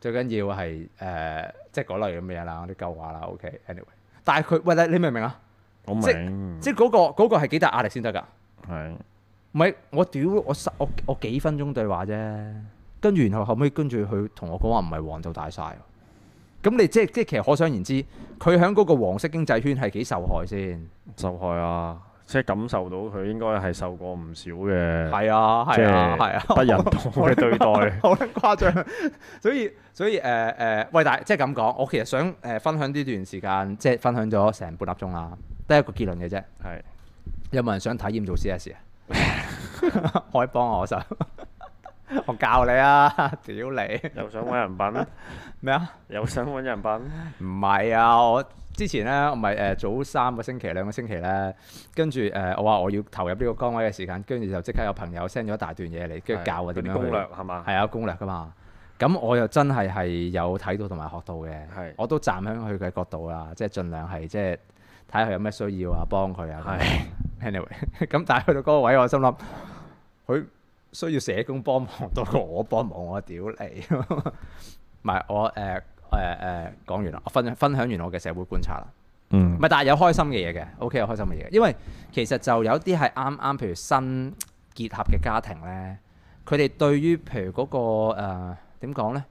最緊要係誒、呃即係嗰類咁嘅嘢啦，啲舊話啦，OK，anyway，、但係佢喂你你明唔明啊？
我
即
明。
即係嗰、個嗰、個係幾大壓力先得㗎。
係。
唔係，我屌我十我我幾分鐘對話啫，跟住然後後尾跟住佢同我講話唔係黃就大晒喎。咁你即係即係其實可想而知，佢喺嗰個黃色經濟圈係幾受害先？
受害啊，即係感受到佢應該係受過唔少嘅，
係啊，
即
係啊，係
係
啊，
不人道嘅對 待。
好撚誇張。所以所以誒誒、呃喂，但係即係咁講，我其實想誒、呃分享呢段時間，即係分享咗成半粒鐘啦，得一個結論嘅啫。
係
有冇人想體驗做 CS 啊？可以幫我手， 我教你啊！屌你
又想揾人品，
咩啊？
又想揾人品，
唔係啊！我之前咧，我咪誒、呃早三個星期、兩個星期咧，跟住誒、呃我話我要投入呢個崗位嘅時間，跟住就即刻有朋友 send 咗一大段嘢嚟，跟住教我
係嗰
點
啲
樣
攻
去
略係嘛？
係啊攻略噶嘛。咁我又真係係有睇到同埋學到嘅
係，
我都站喺佢嘅角度啦，即係盡量係即係睇下佢有咩需要啊，幫佢啊。
係
anyway，咁但係去到嗰個位，我心諗佢需要社工幫忙多過我幫忙，我屌你！唔係我誒誒誒講完啦，我分分享完我嘅社會觀察啦。
嗯
唔係，但係有開心嘅嘢嘅，OK 有開心嘅嘢嘅，因為其實就有啲係啱啱，譬如新結合嘅家庭咧，佢哋對於譬如嗰、個誒點講咧，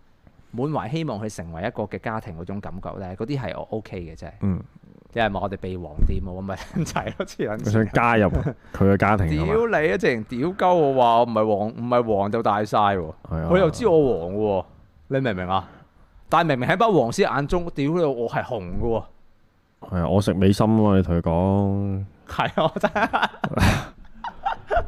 滿懷希望去成為一個嘅家庭嗰種感覺咧，嗰啲係我 OK 嘅啫。
嗯，
有人話我哋被黃店喎，我咪一齊咯，黐撚
佢
線
想加 入佢嘅家庭係嘛？
屌你啊！直情屌鳩我話我唔係黃，唔係黃就大晒喎。
係啊
我又知我黃喎，你明唔明啊？但係明明喺班黃絲眼中，屌你我係紅嘅喎。
係啊，我食美心啊嘛，你同佢講。
係啊，我真係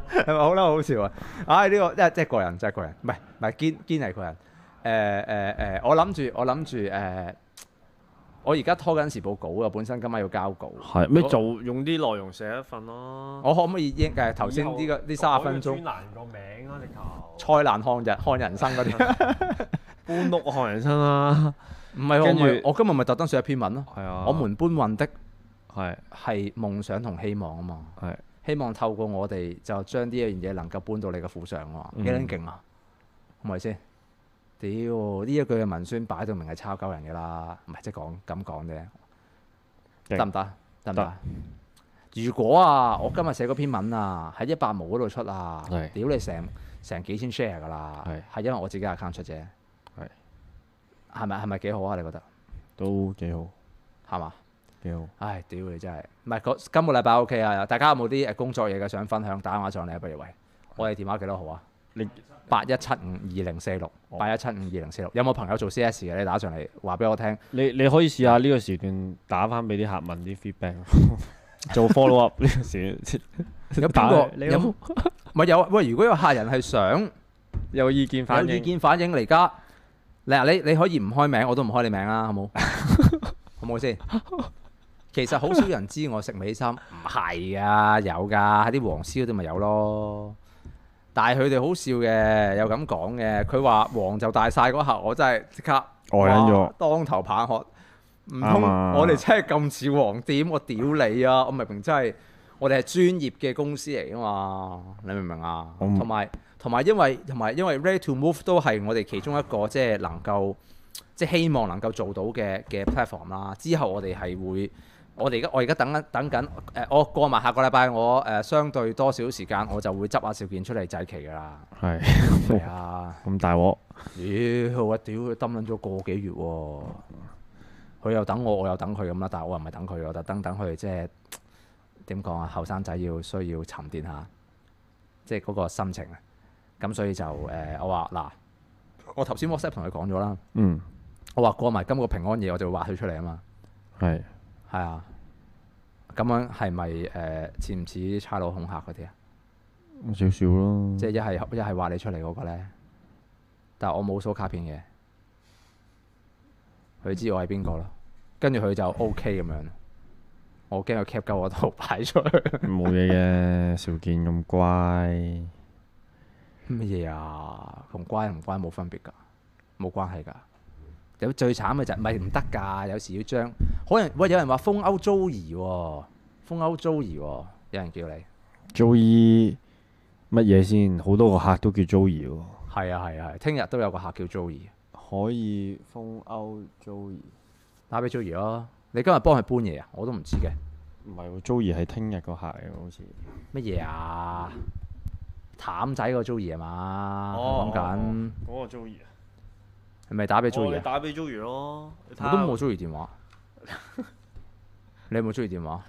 係咪好啦，好笑啊！唉，呢個即係即係個人，真係個人，唔係唔係堅堅係個人。誒誒誒，我諗住我諗住誒，我而家拖緊時報稿啊，本身今晚要交稿。
係咩做用啲內容寫一份咯。
我可唔可以應誒頭先呢個呢三十分鐘
專欄個名啊，直頭
蔡瀾看人看人生嗰 啲？
搬屋看人生啊啦。
唔係喎我
跟
咪
住
我今日咪特登寫一篇文咯。
係啊，
我們搬運的
係
係夢想同希望啊嘛，
係
希望透過我哋就將呢一樣嘢能夠搬到你嘅府上啊嘛，
嗯
幾撚勁啊，係咪先？屌呢一句嘅文宣擺到明係抄鳩人嘅啦，唔係即係講咁講啫，
勁
得唔得？得唔得？如果啊，我今日寫嗰篇文啊，喺一百毛嗰度出啊
係，
屌你成成幾千 share 噶啦，
係
係因為我自己 account 出啫，
係
係咪係咪幾好啊？你覺得
都幾好
係嘛？
幾好。
唉，屌你真係，唔係嗰今個禮拜 O K 啊！大家有冇啲誒工作嘢嘅想分享？打電話上嚟啊，不如喂，我哋電話幾多號啊？
你
八一七五二零四六，
哦
八一七五二零四六。有冇朋友做 C S 嘅？你打上嚟話俾我聽。
你你可以試下呢個時段打翻俾啲客問啲 feedback，做 follow up 呢個時
有邊
打
個？
你
有冇？唔係有喂，如果有客人係想
有意見
有
反
意
應，
見反映嚟家，嗱你你可以唔開名，我都唔開你名啊啦，好冇？ 好冇先？其實好少人知我食美心，唔係噶，有噶喺啲黃絲嗰度咪有咯。但係佢哋好笑嘅，有咁講嘅。佢話黃就大晒嗰刻，我真係即刻
呆撚咗
哇當頭棒喝。唔
啱
通
啊
我哋真係咁似黃點？我屌你啊！我明明真係我哋係專業嘅公司嚟噶嘛，你明唔明啊？
我唔
同埋同埋因為同埋因為 Ready to Move 都係我哋其中一個即係能夠即係希望能夠做到嘅嘅 platform 啦。之後我哋係會。我哋而家我而家等緊等緊，誒、我過埋下個禮拜，我誒、相對多少時間，我就會執下少件出嚟祭旗㗎啦。
係
係啊。
咁大鑊，
屌，我屌佢抌撚咗個幾月喎、佢又等我，我又等佢咁啦，但係我又唔係等佢，我特登等佢，即係點講啊？後生仔要需要沉澱下，即係嗰個心情啊。咁所以就誒、呃我話嗱，我頭先 WhatsApp 同佢講咗啦，
嗯，
我話過埋今個平安夜我就會畫佢出嚟啊嘛，
係
係啊。咁樣係咪誒似唔似差佬恐嚇嗰啲啊？
少少咯，
即係一係一係畫你出嚟嗰個咧，但係我冇數卡片嘅，佢知我係邊個咯，跟住佢就 O K 咁樣，我驚佢 cap 鳩我度 擺出去
冇嘢嘅，少見咁乖。
乜嘢啊？同乖唔乖冇分別㗎，冇關係㗎。有最慘嘅就係唔係唔得㗎，有時要將可能喂有人話封歐 Joey 喎，封歐 Joey 喎，有人叫你
Joey 乜嘢先？好多個客都叫 Joey 喎。
係啊係啊係，聽日都有個客叫 Joey，
可以封歐 Joey，
打俾 Joey 咯。你今日幫佢搬嘢啊？我都唔知嘅。
唔係喎，Joey 係聽日個客嚟喎，好似。
乜嘢啊？淡仔個 Joey 啊嘛，
哦
講緊
嗰個 Joey 啊，
係咪打俾
哦
à?
Joey
你
啊？
打俾 Joey 咯，你睇
我
下
都冇 Joey 電話， 你有冇 Joey 電話？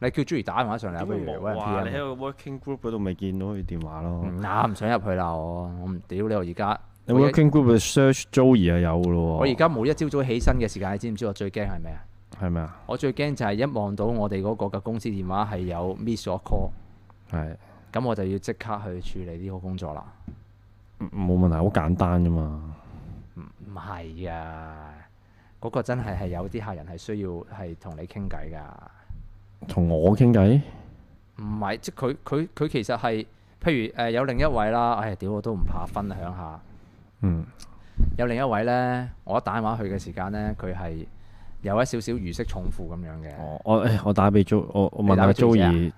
你叫 Joey 打電話上嚟啊，
點
不
會
如
冇
揾人
啊？你
PM
喺個 working group 嗰度咪見到佢電話咯。
唔啱，唔想入去啦我，我唔屌你我而家，
你
我而
working group 嘅 search Joey 就有噶咯喎。
我而家每一朝早起身嘅時間，你知唔知我最驚係咩啊？
係咪啊？
我最驚就係一望到我哋嗰個嘅公司電話係有 miss 咗 call，
係
咁我就要即刻去處理呢個工作啦。
嗯冇問題，好簡單啫嘛。
唔係啊，嗰、個真係係有啲客人係需要係同你傾偈㗎。
同我傾偈，
唔係，即係佢佢佢其實係，譬如誒、呃有另一位啦，唉、屌我都唔怕分享下。
嗯，
有另一位咧，我一打電話去嘅時間咧，佢係有一少少如釋重負咁樣嘅。
我我哦誒我打俾 Jo，我我問
你打
下
俾 Joey
Joey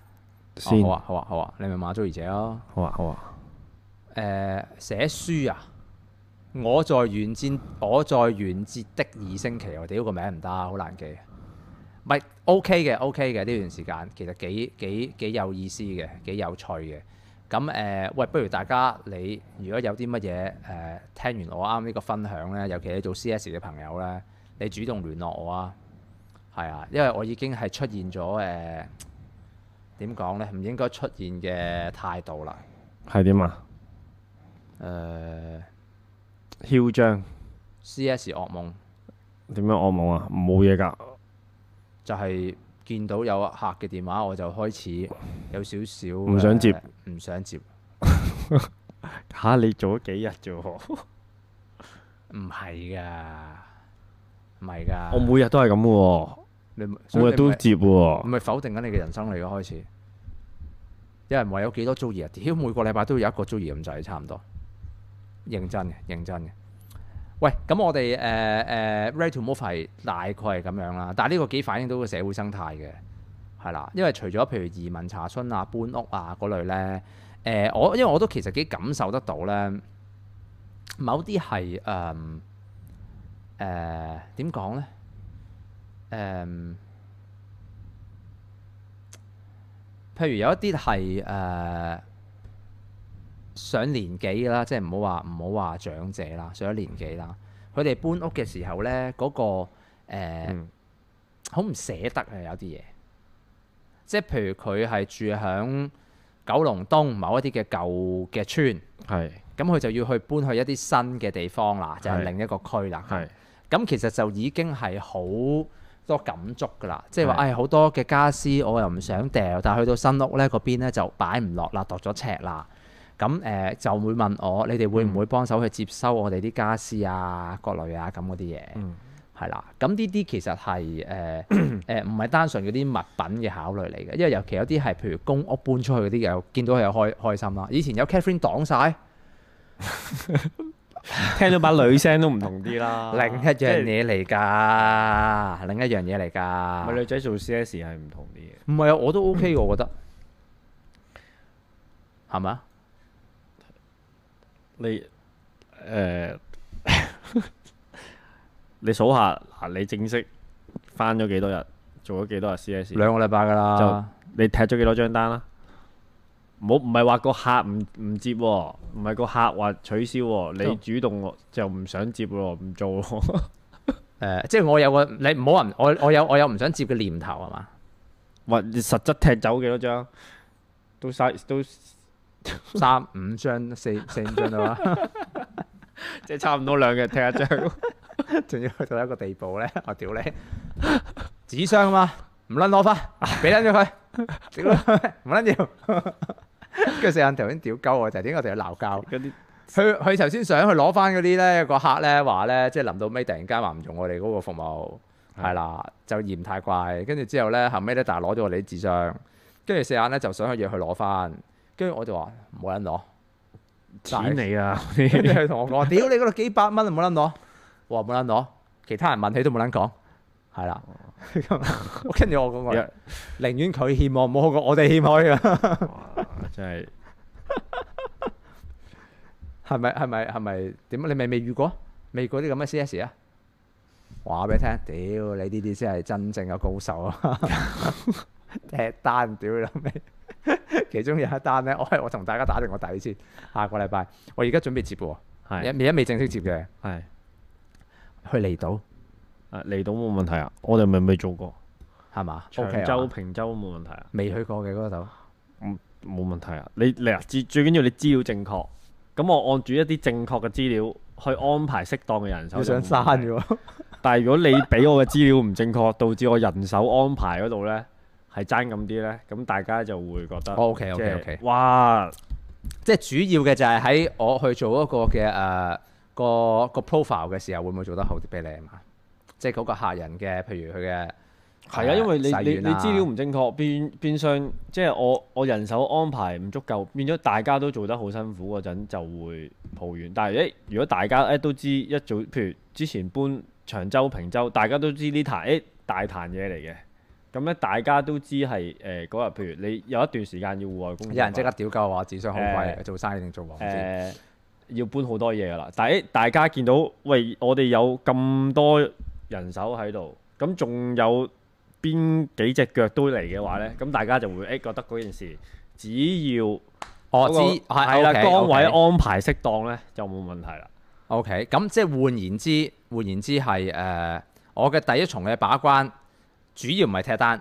哦
先。
好啊好啊好啊，你咪馬 Joey 姐咯。
好啊，好啊。
誒、呃寫書啊！我在元戰，我在元節的二星期，我屌個名唔得，啊好難記。唔係 OK 嘅，OK 嘅呢段時間其實幾幾幾有意思嘅，幾有趣嘅。咁誒、喂，不如大家你如果有啲乜嘢誒聽完我啱呢個分享咧，尤其你做 CS 嘅朋友咧，你主動聯絡我啊，係啊，因為我已經係出現咗誒點講咧，唔應該出現嘅態度啦。
係點啊？
誒、
囂張
C.S. 噩夢
點樣惡夢啊？冇嘢㗎。
就係、見到有客嘅電話，我就開始有少少
唔想接
呃唔想接。
吓，你做咗幾日啫喎？
唔係噶，唔係噶。
我每日都係咁嘅
你咪
喎，
所以
每
你
日都
咪
接
唔
喎。
係否定緊你嘅人生嚟嘅開始。有人話有幾多 j o 啊？屌，每個禮拜都有一個 j o 咁滯，差唔多。認真嘅，認真嘅。喂，咁我哋誒誒 ready to move 係大概係咁樣啦，但係呢個幾反映到個社會生態嘅，係啦。因為除咗譬如移民查詢啊、搬屋啊嗰類咧，誒、我因為我都其實幾感受得到咧，某啲係誒誒點講呃咧？誒、譬如有一啲係誒上年紀啦，即係唔好話唔好話長者啦，上咗年紀啦，佢哋搬屋嘅時候咧，嗰、個誒
嗯
好唔捨得啊，有啲嘢，即係譬如佢係住響九龍東某一啲嘅舊嘅村，
係
咁佢就要去搬去一啲新嘅地方啦，就係、
係
另一個區 啦。
係
咁其實就已經係好多感觸㗎啦，即係話，
係
唉，好多嘅家私我又唔想掉，但係去到新屋咧嗰邊咧就擺唔落啦，度咗尺啦。咁誒、呃就會問我，你哋會唔會幫手去接收我哋啲家私啊、各類啊咁嗰啲嘢？
嗯
係啦，咁呢啲其實係誒誒唔係單純嗰啲物品嘅考慮嚟嘅，因為尤其有啲係譬如公屋搬出去嗰啲，又見到佢又開開心啦。以前有 Catherine 擋晒，。
聽到把女 聲都唔同啲啦
另一樣嘢嚟㗎，另一樣嘢嚟
即係，咪
㗎。
女仔做 CS 係唔同啲
唔
嘅。
係啊，我都 OK 嘅，我覺得係咪啊？
你誒， 你數下嗱，你正式翻咗幾多日，做咗幾多日 CS？
兩個禮拜㗎
就
啦，
你踢咗幾多張單啦？唔好唔係話個客唔唔接喎，唔係個客話取消喎，你主動喎就唔想接咯，唔做咯。
誒，即係我有個你唔好話唔我我有我有唔想接嘅念頭 係嘛？
或你實質踢走幾多張？都嘥都即
三五張、四四五張 到啦，
係差唔多兩日踢 一張。
仲要去到一個地步咧， 我屌你！紙箱啊嘛，唔撚攞翻，俾撚咗 佢，屌佢唔撚要。跟住四眼頭先屌鳩我，就係點解我哋要鬧交？
嗰啲
佢佢頭先想去攞翻嗰啲咧，個客咧話咧，即係臨到尾突然間話唔用我哋嗰個服務，係啦，就嫌太貴。跟住之後咧，後尾咧，但係攞咗我哋啲紙箱，跟住四眼咧就想去約佢攞翻，跟住我就話冇人攞，
錢嚟啊！嗰
跟
啲
住佢同我講：屌你嗰度幾百蚊冇撚攞，我話冇撚攞，其他人問起都冇撚講，係啦。咁 跟住我講我
一
寧願佢欠我，唔好好過我哋欠佢啊！
哇真係
係咪係咪係咪點啊？你咪未遇過？未遇過啲咁嘅 C.S. 啊？話俾你聽，屌你呢啲先係真正嘅高手啊！ 踢單屌你老味！ 其中有一單咧，我係我同大家打定個底先，下個禮拜我而家準備接喎，
係
而家未正式接嘅，
係
去離島
啊嚟到冇問題啊！我哋咪未做過
係嘛？O
長
K
洲、
啊，
平洲冇問題啊，
未去過嘅嗰度，
冇問題啊！你你啊最最緊要你資料正確，咁我按住一啲正確嘅資料去安排適當嘅人手。
要上山嘅喎，
但係如果你俾我嘅資料唔正確，導致我人手安排嗰度呢係爭咁啲呢，咁大家就會覺得
OK，OK，
即係啊
OK
哇，
即係主要嘅就係喺我去做一個嘅誒、呃個個 profile 嘅時候，會唔會做得好啲俾你啊嘛？即係嗰個客人嘅，譬如佢嘅。
係啊，因為你
細
你
軟
你
啊
資料唔正確，變變相即係我我人手安排唔足夠，變咗大家都做得好辛苦嗰陣就會抱怨。但係誒，如果大家誒都知一早，譬如之前搬長洲、平洲，大家都知呢壇誒大壇嘢嚟嘅，咁咧大家都知係誒嗰日，譬如你有一段時間要戶外工作，
有人即刻屌鳩話智商好貴，
嗯誒
做生意定做王
誒、
先？
要搬好多嘢噶啦，但係大家見到，喂，我哋有咁多人手喺度，咁仲有邊幾隻腳都嚟嘅話呢？咁大家就會誒、覺得嗰件事，只要
我
嗰
知
個
係
係啦，
OK，OK
崗位安排適當呢，就冇問題啦。
OK，咁即係換言之，換言之係誒、呃我嘅第一重嘅把關，主要唔係踢單，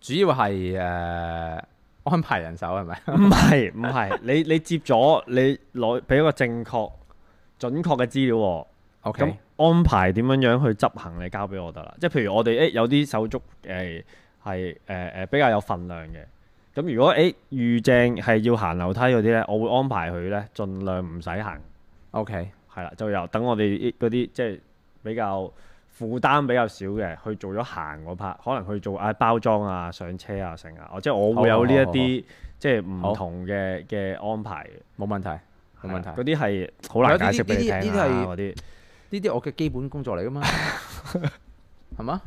主要係誒、呃安排人手係咪？
唔係唔係，你你接咗，你攞俾一個正確、準確嘅資料喎。
OK，
咁安排點樣樣去執行，你交俾我得啦。即係譬如我哋誒、欸有啲手足誒係誒誒比較有份量嘅，咁如果誒預正係要行樓梯嗰啲咧，我會安排佢咧，盡量唔使行，
OK，
係啦，就由等我哋嗰啲即係比較負擔比較少嘅，去做咗行嗰 part，可能去做啊包裝啊、上車啊、成啊，我即係我會有呢一
好好好
啲即係唔
好
同嘅嘅安排嘅。
冇問題，冇問
係
題
啦嗰。啲係好難
有啲
解釋俾你
呢啲
聽
呢啲
啦
係
嗰啲。
呢啲我嘅基本工作嚟噶嘛，係嘛？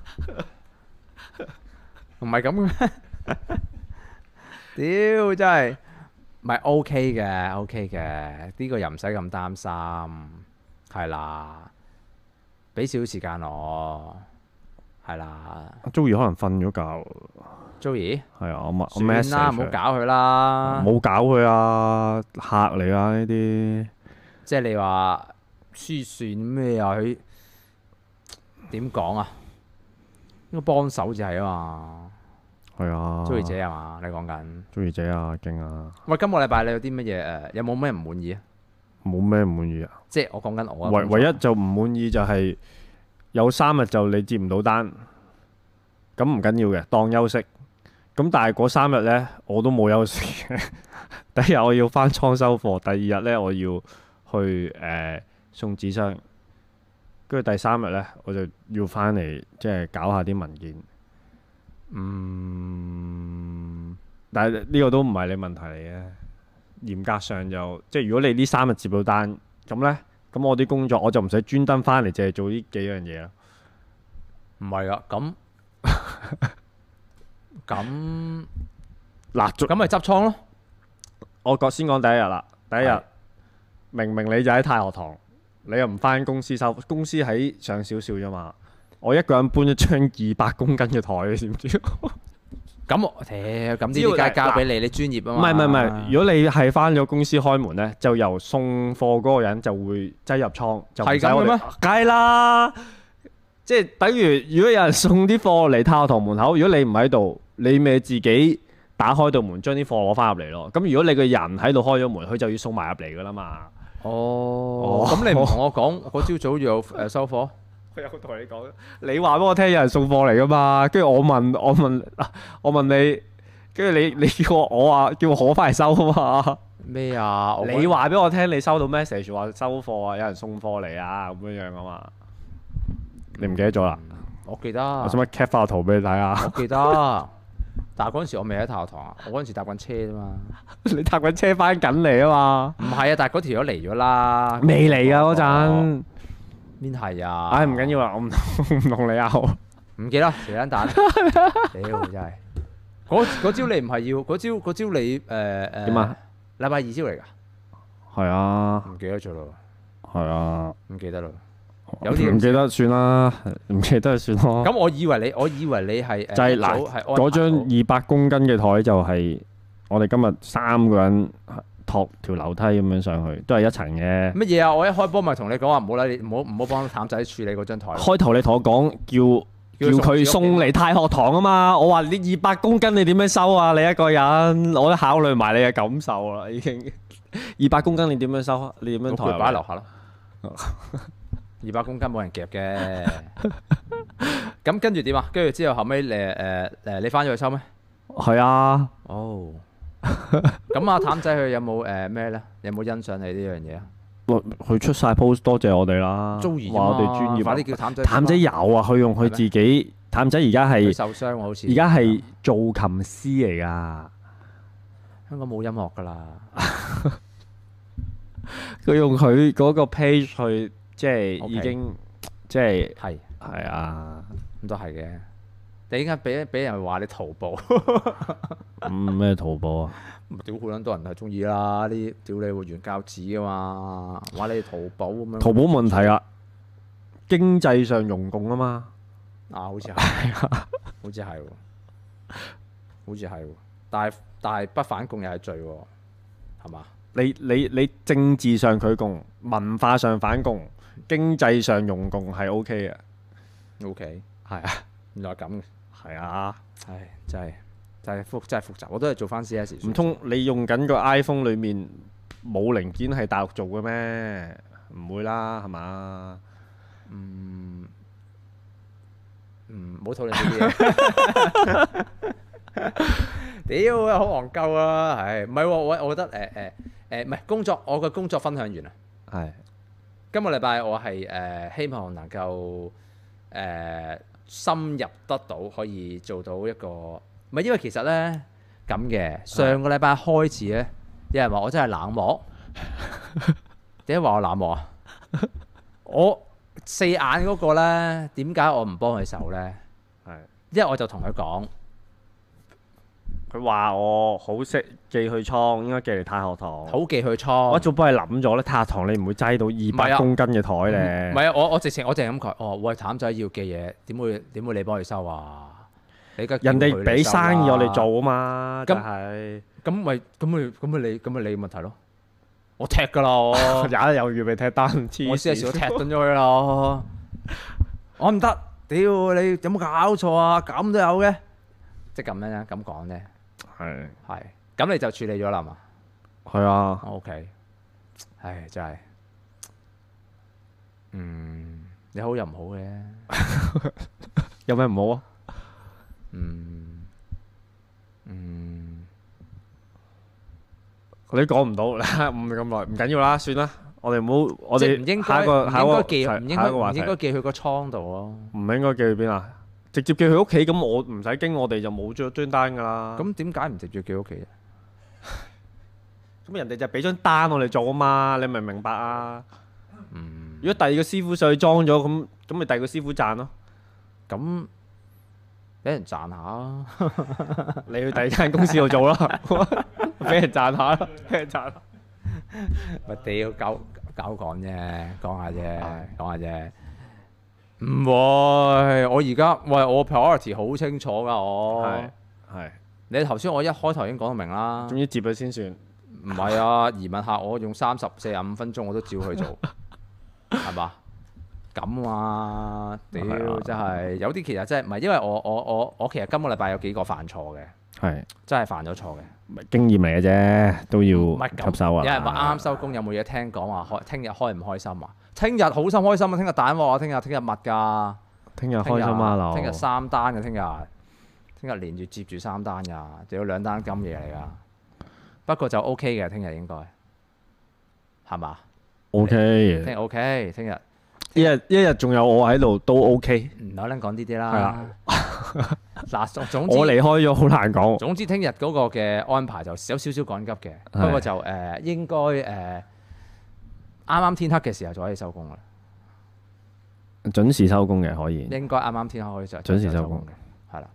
唔係咁嘅咩？ 屌真係，唔係 OK 嘅，OK 嘅，呢個又唔使咁擔心，係啦，俾少少時間我，係啦
阿 Joey 可能瞓咗覺。
，Joey，
係啊，我咪我 message
算啦，唔好
佢
搞佢啦，
唔好搞佢啊，嚇你啊呢啲。
即係你話黐線咩啊？佢點講啊？應該幫手就係啊嘛。
係啊，
Joey 姐係嘛？你講緊？
，Joey 姐啊，勁啊，
喂，今個禮拜你有啲乜嘢誒？有冇咩唔滿意啊？
冇咩唔滿意啊。
即係我講緊我啊
唯
工作
唯一就唔滿意就係有三日就你接唔到單，咁唔緊要嘅，當休息。咁但係嗰三日呢，我都冇休息嘅。 第一日我要翻倉收貨，第二日呢，我要去誒、呃送紙箱，跟住第三日呢，我就要翻嚟即係搞下啲文件。
嗯
但係呢個都唔係你問題嚟嘅，嚴格上就即係如果你呢三日接到單，咁呢，咁我啲工作我就唔使專登翻嚟，淨係做呢幾樣嘢啦。
唔係 啊，咁咁
嗱，做
咁咪執倉咯。
我講先講第一日啦，第一日
係
明明你就喺太學堂，你又唔翻公司收，公司喺上少少啫嘛。我一個人搬咗張二百公斤嘅台，你知唔知？
咁我屌，咁呢
只要
啲梗係交
嗱
俾你，你專業啊
唔係
嘛。
唔係唔係，如果你係翻咗公司開門咧，就由送貨嗰個人就會擠入倉，就唔使
係咁嘅
我哋
咩？
梗係啦，即係等於如果有人送啲貨嚟太學堂門口，如果你唔喺度，你咪自己打開道門將啲貨攞翻入嚟咯。咁如果你個人喺度開咗門，佢就要送埋入嚟噶啦嘛。
哦
哦，
咁你唔同我講，嗰朝早要誒收貨。
我有同你講，你話俾我聽有人送貨嚟噶嘛？跟住我問，我問，啊我問你，跟住你你叫我我話叫我翻嚟收啊嘛？
咩啊？我
你話俾我聽，你收到 message 話收貨啊，有人送貨嚟啊，咁樣樣啊嘛？你唔記得咗啦？
我記得，
我想乜 cap 翻個圖俾你睇啊下？
我記得。但係嗰陣時我未喺太學堂啊，我嗰陣時搭緊車啫嘛。
你搭緊車翻緊嚟啊
唔係啊，但係嗰條友嚟咗啦
嘛？。未嚟啊嗰陣，
邊係啊？
唉唔緊要啦，我唔我唔同你 拗。
唔記得蛇蛋 蛋，屌真係！嗰嗰招你唔係要，嗰招嗰招你誒誒
點啊？
禮拜二招嚟㗎，
係啊，
唔記得咗咯，
係啊，
唔記得咯。有啲人
唔記得算啦，唔記得就算咯。
哦咁我以為你，我以為你係誒
就係
一
嗱
早係安排
嗰張
好
二百公斤嘅台就係我哋今日三個人啊托條樓梯咁樣上去，都係一層嘅。
乜嘢啊？我一開波咪同你講話唔好啦，你唔好唔好幫淡仔處理嗰張台。
開頭你同我講叫 叫
叫佢
佢
送你屋
送嚟太學堂啊嘛，我話你二百公斤你點樣收啊？你一個人，我都考慮埋你嘅感受啦，已經。 二百公斤你點樣收啊？你點樣抬
佢
啊？
擺喺樓下咯， 二百公斤冇人夾 嘅。咁跟住點啊？跟住之後後尾誒誒誒，你翻咗去收咩？
係啊，
哦，咁阿淡仔佢有冇誒咩咧？有冇欣賞你呢樣嘢啊？
哇佢出晒 post 多謝我哋啦，
租兒啫
話
嘛
我哋專業
快
啊
啲。叫淡仔。
譚仔有啊，佢用佢
係咩
自己，譚仔而家
佢
係
受傷喎，好似
而家係做琴師嚟㗎。
啊香港冇音樂㗎啦。
佢用佢嗰個 page 去，即係
OK
已經即係
係
係啊，
咁都係嘅。你應該俾俾人話你徒步，
咁嗯咩淘寶啊？
屌好撚多人係中意啦！呢啲屌你會原教旨噶嘛，話你淘寶咁樣
淘寶問題啊，經濟上用共啊嘛，
啊，好似係，好似係喎，好似係喎。但係但係不反共又係罪喎，係嘛？
你你你政治上佢共，文化上反共，經濟上用共係 O K 嘅，
O K，
係啊
原來係咁嘅，
係啊，
唉，真係真係複真係複雜，我都係做翻 C S。
唔通你用緊個 iPhone 裡面冇零件係大陸做嘅咩？唔會啦，係嘛？
嗯嗯，唔好討論呢啲嘢。 屌啊，好戇鳩啊！唉，唔係喎，我我覺得誒誒誒，唔係工作，我嘅工作分享完啊啦。
係
今個禮拜我係誒、呃希望能夠誒、呃深入得到，可以做到一個唔係因為其實咧咁嘅。上個禮拜開始咧，有人話我真係冷 漠，點解話我冷漠啊？我四眼嗰個咧，點解我唔幫佢手咧？
係。
因為我就同佢講，
佢話我好識寄去倉，應該寄嚟太學堂。
好記佢錯。
哦我一早幫你諗咗咧，塔糖你唔會擠到
係
二
啊
百公斤嘅
唔
台咧。
唔係啊！我我直情我淨係咁佢，哦喂，淡仔要嘅嘢點會點會你幫佢收啊？你而家叫
人
佢
哋
嚟
俾
收
生意我哋
啦
做啊嘛，
咁
就係
咁咪咁咪咁咪你咁咪你嘅問題咯。我踢㗎啦， 我
有有預備踢單，
我
黐
先係少
線。
踢蹲咗佢啦。我 我唔得，屌你有冇搞錯啊？咁都有嘅，即係咁樣咁講啫。
係
係咁你就處理咗啦嘛。
係啊，
O K，唉真係，嗯，你好又唔好嘅，
有咩唔好啊？
嗯嗯，
你講唔到啦， 唔咁耐，唔緊要啦，算啦。我哋唔好，我
即係
哋
唔應
下
該
一個下一
唔應該
個
記唔應
下
該
一個話
唔
題
應該記佢個倉度咯。
唔應該寄去邊啊？直接寄去屋企，咁我唔使經我哋就冇咗張單㗎啦。
咁點解唔直接叫屋企啫？
咁人哋就俾張單我哋做啊嘛，你明唔明白啊？如果第二個師傅上去裝咗，咁咁咪第二個師傅賺咯。
咁俾人賺下啊，
你去第二間公司度做啦，俾人賺下啦，俾人賺下。
咪屌狗狗講啫，講下啫，講下啫。唔會，我而家喂我 priority 好清楚㗎，我
係係，
你頭先我一開頭已經講到明啦，
哦啊總之接咗先算。
唔係啊，移民客我用三十四十五分鐘我都照去做，係嘛？咁啊，屌
係啊
真係有啲其實真係唔係，因為我我我我其實今個禮拜有幾個犯錯嘅，
係
真係犯咗錯嘅。
經驗嚟嘅啫，都要
唔係咁
吸收啊。
有人話啱收工有冇嘢聽講話開，聽日開唔開心啊？聽日好心開心啊！聽日蛋喎，聽日聽日密㗎，
聽日
聽
開
日
心啊，劉。
聽日三單嘅，聽日聽日連住接住三單㗎，仲有兩單金嘢嚟㗎。不過就 OK 嘅，聽日應該係嘛？
O
聽日
K，
OK，聽日
一日一日仲有我喺度都 O K。
唔好撚講呢啲
係啊
啦。 嗱，總總
我
之
離開咗好難講。
總之，聽日嗰個嘅安排就有少少趕急嘅，
係
不過就誒、呃、應該誒啱啱天黑嘅時候就可以收工啦，
準時收工嘅可以。
應該啱啱天黑可以就
準時收工
嘅，係啦。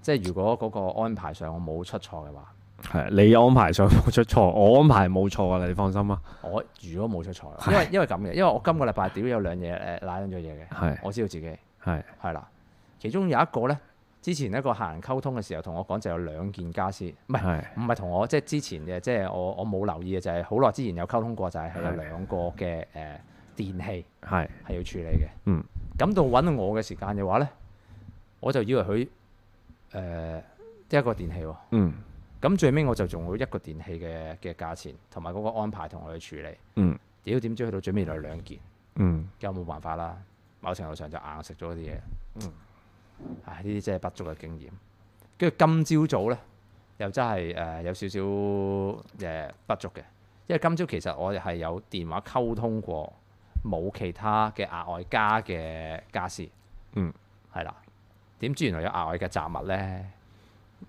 即係如果嗰個安排上我冇出錯嘅話，
係你安排上冇出錯，我安排冇錯啊！你放心啊。
我如果冇出錯嘅話，因為因為咁嘅，因為我今個禮拜屌有兩嘢誒賴緊咗嘢嘅，
係
我知道自己
係
係啦。其中有一個咧，之前一個客人溝通嘅時候同我講就有兩件家私，唔係。
係
唔係同我即係之前嘅，即係我我冇留意嘅，就係好耐之前有溝通過，就係係有兩個嘅誒、呃、電器
係
係要處理嘅。
嗯。
咁到揾我嘅時間嘅話咧，我就以為佢誒、呃一個電器喎。
嗯
咁最尾我就仲有一個電器嘅嘅價錢同埋嗰個安排同我去處理。
嗯
屌點知去到最尾原來兩件，
嗯
咁冇辦法啦。某程度上就硬食咗啲嘢。嗯。唉，呢啲真係不足嘅經驗。跟住今朝早咧，又真係誒、呃有少少誒呃不足嘅，因為今朝其實我哋係有電話溝通過，冇其他嘅額外加嘅家私。
嗯。
係啦。點知原來有額外嘅雜物咧？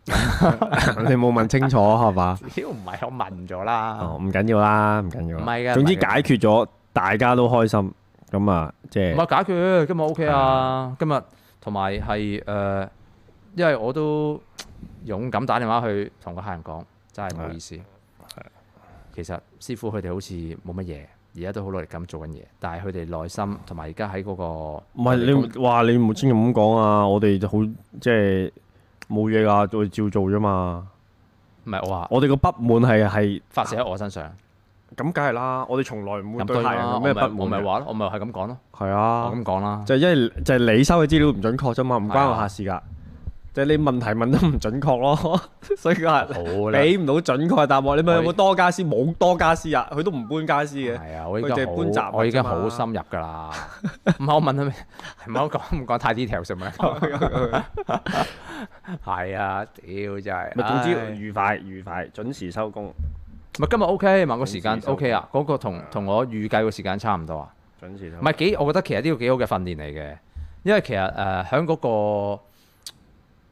你冇問清楚係嘛？
屌唔係我問咗啦。
哦，唔緊要啦，唔緊要啦。
唔係㗎
總之
唔係㗎
解決咗，大家都開心。咁啊，即
唔
係
係解決，今日 OK 啊，今日同埋係誒，因為我都勇敢打電話去同個客人講，真係唔好意思。其實師傅佢哋好似冇乜嘢，而家都好努力咁做緊嘢，但係佢哋內心同埋而家喺嗰個
唔係你哇？你唔千祈唔好咁講啊！我哋就好即係冇嘢㗎，我哋照做啫嘛。
唔係我話
我哋個不滿係係
發泄喺我身上，
咁，梗係啦。我哋從來唔會
咁
對
當
客
然
人
啦，
有
我
咩
咪
不
我咪
滿嘅。
話咯，我咪係咁講咯，
係
我
啊，
咁講啦，
就係因為就係你收嘅資料唔準確啫嘛，唔關我
係啊
下事㗎。就係你問題問得唔準確咯， 所以佢話
好啦，
俾唔到準確嘅答案。你咪有
我
冇多家私？冇多家私啊，佢都唔搬家私嘅。
係啊，我已
佢淨係搬
經
雜
好
物
我已經
啫嘛
好深入㗎啦，唔係我問佢咩，唔係我講唔講太 detail 先 咪。
哦
係啊，屌真係。
咪總之
唉
愉快愉快，準時收工，
咪今日 OK，問個時間
準時收
OK 啊，嗰個同同我預計個時間差唔多啊。
準時收
唔。係幾，我覺得其實呢個幾好嘅訓練嚟嘅，因為其實誒喺嗰個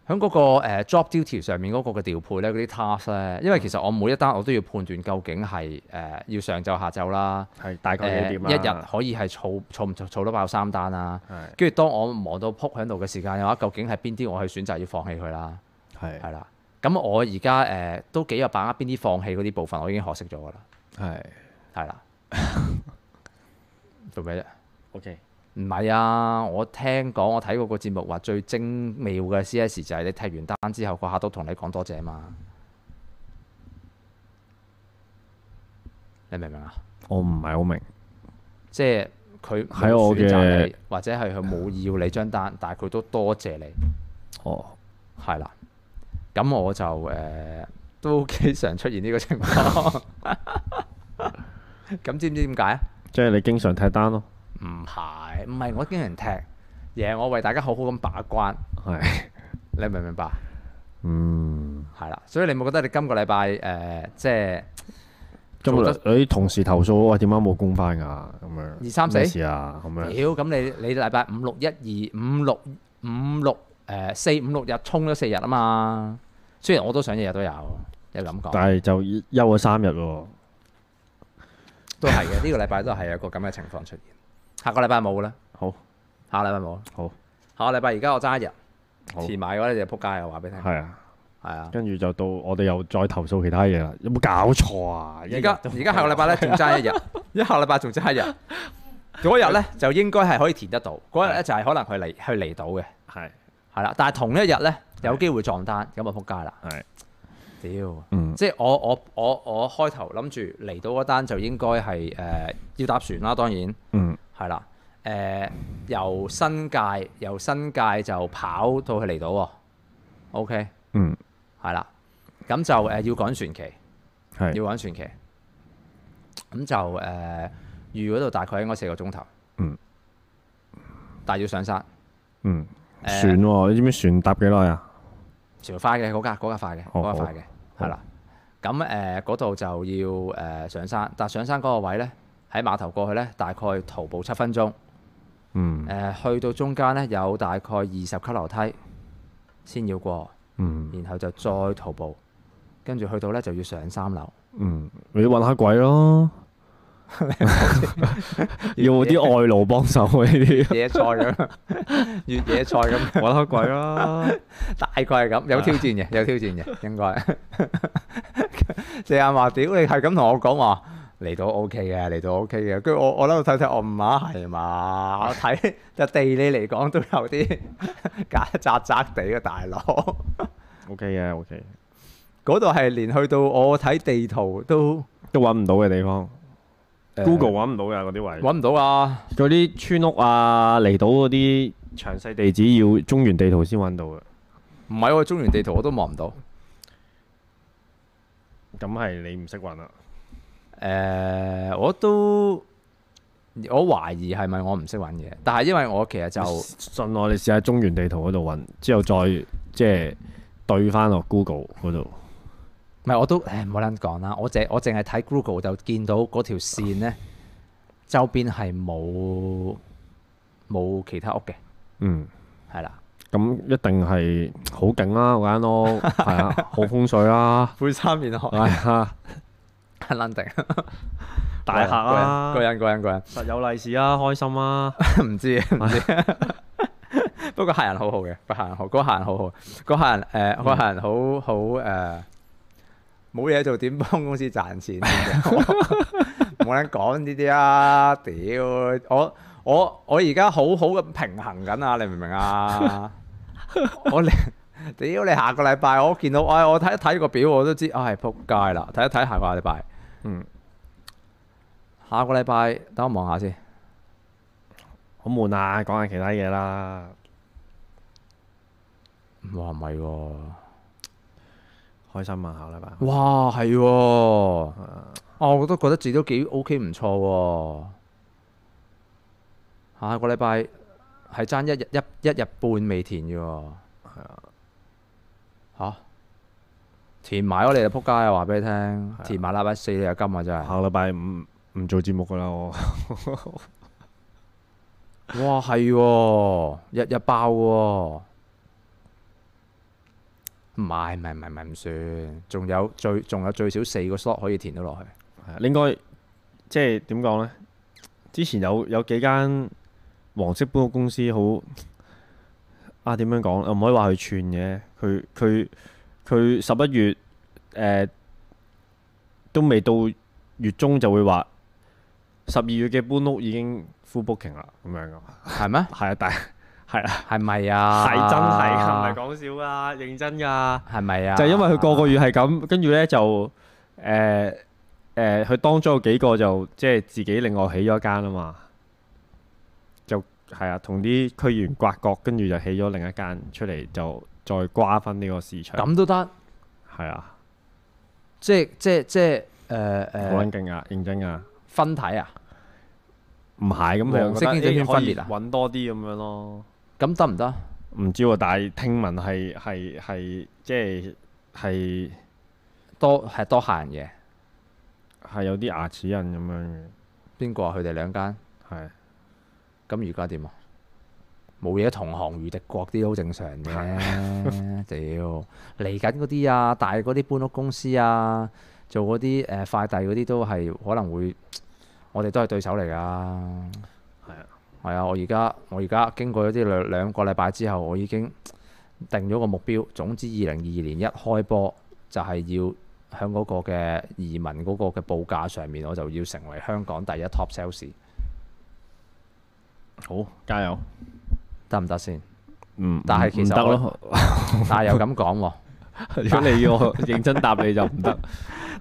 喺嗰個誒 job duty 上面嗰個嘅調配咧，嗰啲 task 咧，因為其實我每一單我都要判斷究竟係誒要上晝下晝啦，
係大概
誒
幾點啊
一日可以係儲儲唔儲到爆三單啦。
係
跟住當我忙到撲喺度嘅時間嘅話，究竟係邊啲我係選擇要放棄佢啦？
係
係啦，咁我而家誒都幾有把握邊啲放棄嗰啲部分，我已經學識咗㗎啦。
係
係啦。做咩啫？
OK
唔係啊！我聽講，我睇過個節目話最精妙嘅 C.S. 就係你踢完單之後，個客都同你講多謝嘛。你明唔明啊？
我唔係好明，
即係佢冇
喺我嘅
選擇你，或者係佢冇要你張單，但係佢都多謝你，
哦，
係啦。咁我就誒、呃都 幾常出現呢個情況。 咁知唔知點解啊？
即係你經常踢單咯，
唔係，唔係我經常踢，而係我為大家好好咁把關，
係，
你明唔明白？
嗯，
係啦，所以你冇覺得你今個禮拜誒，呃即係
今日
做得
有啲同事投訴，喂點解冇工翻㗎？咁樣
二三四
咩事啊？咁樣
屌咁你你禮拜五六一二五六五六誒四五六日衝咗四日啊嘛，雖然我都想日日都有，有咁講，
但係就休咗三日喎，
都係嘅，呢個禮拜都係有個咁嘅情況出現。下個禮拜冇啦，
好，
下個禮拜冇啦，
好，
下個禮拜而家我揸一日，
好
遲埋嘅話你就撲街，我話俾你聽。
係啊，
係啊，
跟住就到我哋又再投訴其他嘢啦，有冇搞錯啊？
而家而家下個禮拜咧仲爭一 日，一下個禮拜仲爭一日。嗰日咧就應該係可以填得到，嗰日咧就係可能去離去離島嘅，
係，
係啦。但係同一日咧有機會撞單，咁啊撲街啦！
係，
屌，
嗯，
即係我我我我開頭諗住離島嗰單就應該係誒要搭船啦，當然。
嗯，
係啦，誒、由新界由新界就跑到去離島喎，OK，
嗯，
係啦，咁就誒、呃要趕船期，
係，
要趕船期，咁就誒、預嗰度大概應該四個鐘頭，
嗯，
但係要上山，
嗯，
誒
船喎，你知唔知船搭幾耐啊？
船快嘅嗰架嗰架快嘅
哦
嗰架快嘅，
好
係啦，咁誒嗰度就要誒、上山，但係上山嗰個位咧喺碼頭過去咧，大概徒步七分鐘。誒、
嗯，
去到中間咧有大概二十級樓梯先要過，
嗯，
然後就再徒步，跟住去到咧就要上三 樓。
嗯，你揾下鬼咯，要啲外勞幫手啊呢啲，
野菜咁， 越野菜咁，
揾下鬼啦，
大概係咁，有挑戰嘅，有挑戰嘅，應該。謝阿話：屌你係咁同我講話。嚟到 OK 嘅，嚟到 OK 嘅，跟住我我喺度睇睇，我唔啊係嘛？我睇 就地理嚟講都有啲 假窄窄地嘅大佬。
，OK 嘅，OK，
嗰度係連去到我睇地圖都
都揾唔到嘅地方
誒
，Google 揾唔到嘅嗰啲位。
揾唔到啊！
嗰啲村屋啊、離島嗰啲詳細地址要中原地圖先揾到嘅。
唔係喎，中原地圖我都望唔到。誒、
咁係你唔識啊揾啦。
我都我懷疑係咪我唔識揾嘢，但係因為我其實就
哦信我，你試下中原地圖嗰度揾，之後再即係對翻落 Google 嗰度。
唔係我都誒冇撚講啦，我淨我淨係睇 Google 就見到嗰條線咧，周邊係冇冇其他屋嘅，
嗯，
係啦，
咁一定係好勁啦嗰間屋，係啊，好風水啦，
背山面河
係啊，
撚 定
大客 啦
個，人個人個人
實有利是啊，開心啊，
個 人唔知唔知。不過客人好好嘅，個客人好，嗰個客人好好，嗰客人誒，呃嗰個客人好好誒，冇嘢做點幫公司賺錢？冇人講呢啲啊！屌，我我我而家好好咁平衡緊啊！你明唔明啊？我你屌你下個禮拜我見到，唉、我睇一睇個表我都知，唉、仆街啦！睇一睇下個禮拜，
嗯，
下個禮拜等我望下先。
好悶啊，講下其他嘢啦，
哇，唔係喎。
開心啊，下禮拜。
哇，係喎、啊，我都覺得自己都幾 OK 唔錯喎、下個禮拜係爭一日一一日半未填嘅喎。啊嚇、填埋我你就撲街啊！話俾你聽，填埋禮拜四你就金啊！真係。
下禮拜五唔做節目噶啦，我
哇，係喎、日日爆喎、唔係唔係唔係唔係唔算，仲有最仲有最少四個 slot 可以填到落去。
係啊，你應該即係點講呢？之前有有幾間黃色搬屋公司好啊，點樣講？我唔可以話佢串嘅，佢佢佢十一月誒、呃都未到月中就會話十二月嘅搬屋已經 full booking 啦，咁樣噶。
係咩？
係啊，但係 係啊，
係咪啊？
係真係㗎，唔係講笑噶，認真㗎。
係咪啊？
就係因為佢個個月係咁，跟住咧就誒誒，佢、當中有幾個就即係自己另外起咗一間啊嘛，就係啊，同啲區議員刮角，跟住就起咗另一間出嚟，就再瓜分呢個市場。
咁都得，
係啊，
即係即係即係誒
好
誒
撚勁啊，認真啊，
分體啊，
唔係咁你
黃色
又
經
覺得
濟圈
咦
分裂啊
可以揾多啲咁樣咯。
咁得唔得？
唔知喎，但係聽聞係係係即係係
多係多閒嘅，
係有啲牙齒印咁樣嘅，
邊個啊？佢哋兩間，
係
咁而家點啊？冇嘢同行如敵國啲都好正常嘅， 屌嚟緊嗰啲啊，呃大嗰啲搬屋公司啊，做嗰啲誒快遞嗰啲都係可能會我哋都係對手嚟㗎。係啊
啊，
係啊！我而家我而家經過咗啲兩兩個禮拜之後，我已經定咗個目標。總之，二零二二年一開波就係要喺嗰個嘅移民嗰個嘅報價上面，我就要成為香港第一 top sales，
好，加油。
得唔得先？
嗯，
但係
唔
其實
唔得
我
咯。
但係又咁講喎，
如果你要我認真答你就唔得，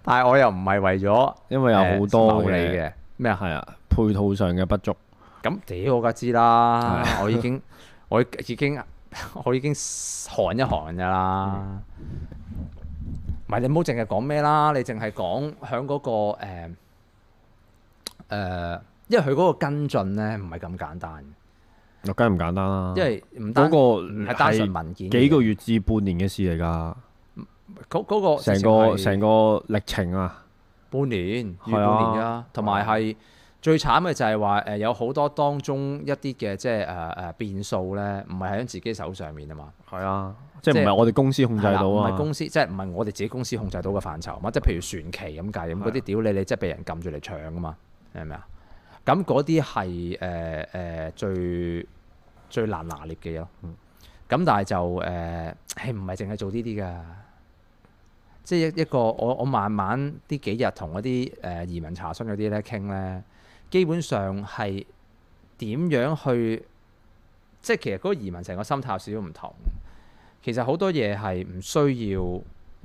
但係我又唔係為咗
因為有好多
你嘅咩啊？
係啊，配套上嘅不足。
咁屌我梗知啦，我已經我已經 我已經寒一寒噶啦。唔係你唔好淨係講咩啦，你淨係講響嗰個誒、呃呃因為佢嗰個跟進咧唔係咁簡單，
又梗係唔簡單啦。
因為唔單
嗰個
唔係單純
係
文件嘅
幾個月至半年嘅事嚟㗎，
嗰嗰個
成
直情
個
係
成個歷程啊。
半年，預
係啊
半年㗎，同埋係最慘嘅就係話誒有好多當中一啲嘅即係誒誒變數咧，唔係喺自己手上面啊嘛。
係啊，即係
即
唔
係
係我哋公司控制
係啦
到
唔
啊？
係公司，即係唔係我哋自己公司控制到嘅範疇嘛？即係譬如船期咁計，咁嗰啲屌你，你即係被人撳住嚟搶噶嘛？你明唔明啊？咁嗰啲係誒誒最最難拿捏嘅嘢咯。
嗯
咁但係就誒，係唔係淨係做呢啲㗎？即係一一個我我慢慢呢幾日同嗰啲誒移民查詢嗰啲咧傾咧，基本上係點樣去，即係其實嗰個移民成個心態有少少唔同。其實好多嘢係唔需要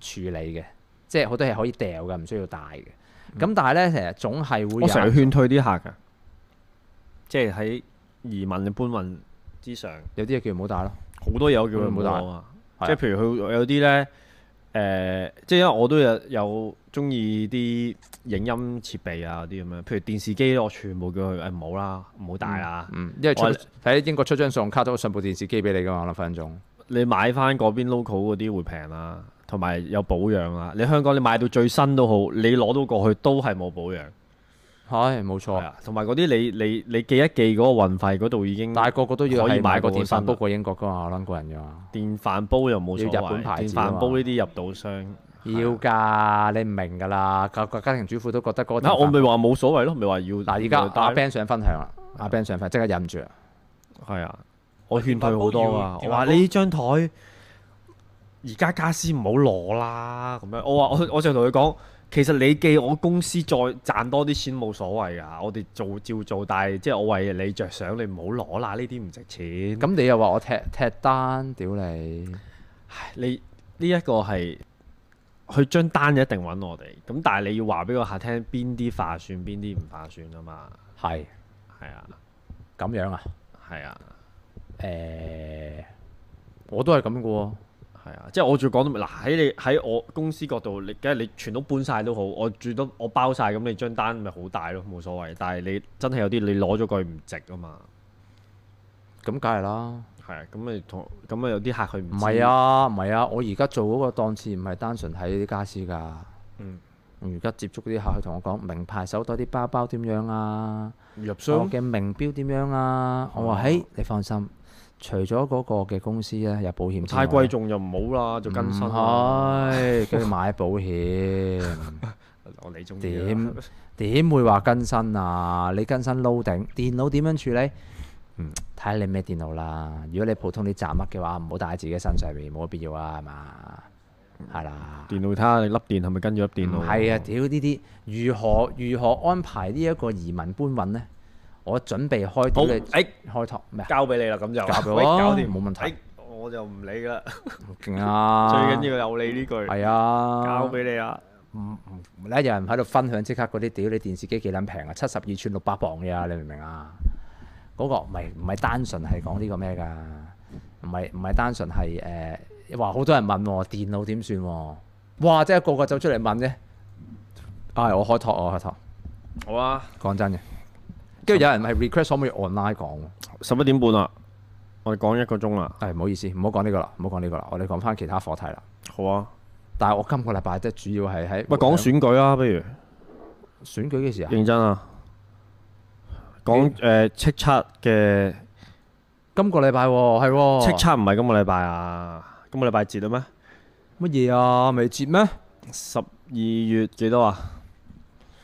處理嘅，即係好多嘢可以掉嘅，唔需要帶嘅。咁但係咧，成日總係會
嗯我成日
有
勸退啲客㗎，即係喺移民嘅搬運之上，
有啲嘢叫唔好帶咯。
好多嘢我叫佢
嗯冇
唔
帶
好啊。
係啊
即係譬如佢有啲咧，誒、即係因為我都有有中意啲影音設備啊嗰啲咁樣，譬如電視機呢我全部叫佢誒哎唔好啦，唔好帶啦。
嗯，因為出
我
喺英國出張信用卡都上部電視機俾你噶嘛，兩分鐘。
你買翻嗰邊 local 嗰啲會平啦，同埋有保養啦。你香港你買到最新都好，你攞到過去都係冇保養。
係冇
係
錯，
啊，同埋嗰啲你你你記一記嗰個運費嗰度已經
但係個個都要
可以
係買
買
個
個
電
電
飯
飯啊
煲過英國噶嘛，撚個人噶嘛。
電飯煲又冇所
要日本
謂，
牌
電
子啊
飯
嘛
煲呢啲入到箱。
要㗎，你唔明㗎啦。個個家庭主婦都覺得嗰個電
啊嗱，我
飯
咪話冇所謂咯，咪話要
嗱，而家
要帶
阿
咯
Ben 想分享啦，阿 Ben 想分享，即刻忍住啦。
係啊，我勸退好多啊！
電飯煲要
我話
電飯煲
你呢張台而家家私唔好攞啦，咁樣我話我我就同佢講，其實你記我公司再賺多啲錢冇所謂㗎，我哋做照做，但係即係我為你着想，你唔好攞啦，呢啲唔值錢。咁
咁你又話我踢踢單，屌你！
你呢一個係佢張單一定揾我哋，咁但係你要話俾個客聽邊啲化算，邊啲唔化算啊嘛，
係
係啊，
咁樣啊？
係啊。
誒，我都係咁嘅喎。
係啊，即係我仲講到明嗱喺你喺我公司角度，你梗係你全都搬晒都好，我住都我包晒咁，你張單咪好大咯，冇所謂。但係你真係有啲你攞咗佢唔值啊嘛，
咁梗係啦。
係啊，咁咪同咁啊有啲客佢唔
唔
知
係，啊，唔係啊，我而家做嗰個檔次唔係單純喺啲家私㗎。
嗯
我而家接觸啲客，佢同我講名牌手袋啲包包點樣啊，
入
我
箱
嘅名錶點樣啊。我話：，嘿，你放心，除咗嗰個嘅公司咧有保險之外
太貴重就唔好啦，就更新
啊唔
啦。
係，跟住買保險，
我你中意啊
點點會話更新啊？你更新 loading，電腦點樣處理？嗯，睇下你咩電腦啦。如果你普通啲雜物嘅話，唔好帶喺自己身上面，冇乜必要啊，係嘛？係啦。
電腦睇下你粒電係咪跟住粒電
唔
腦？
係啊！屌呢啲如何如何安排呢一個移民搬運呢？我準備開
好，
屌你
誒
開拓咩啊？
交俾你啦，咁就
交俾我
喂搞掂，
冇問題
誒我就唔理㗎啦，
勁啊！
最緊要有你呢句，
係啊！
交俾你啦。
唔咧有人喺度分享即刻嗰啲屌你電視機幾撚平啊，七十二寸六百磅嘅啊，你明唔明啊？嗰、個唔係唔係單純係講呢個咩㗎？唔係唔係單純係誒話好多人問喎，電腦點算喎？哇！即係個個走出嚟問啫。啊、我開拓我開拓，
好啊，
講真嘅。跟住有人係 request 可唔可以 online 講喎？
十一點半啦，我哋講一個鐘啦。
係唔好意思，唔好講呢個啦，唔好講呢個啦，我哋講翻其他課題啦。
好啊，
但係我今個禮拜即係主要係喺
喂，講選舉啊，不如
選舉嘅時候，
認真啊，講誒叱咤嘅
今個禮拜喎係
叱
喎
咤唔係今個禮拜啊，今個禮拜節啦咩？
乜嘢啊？未接咩？
十二月幾多啊？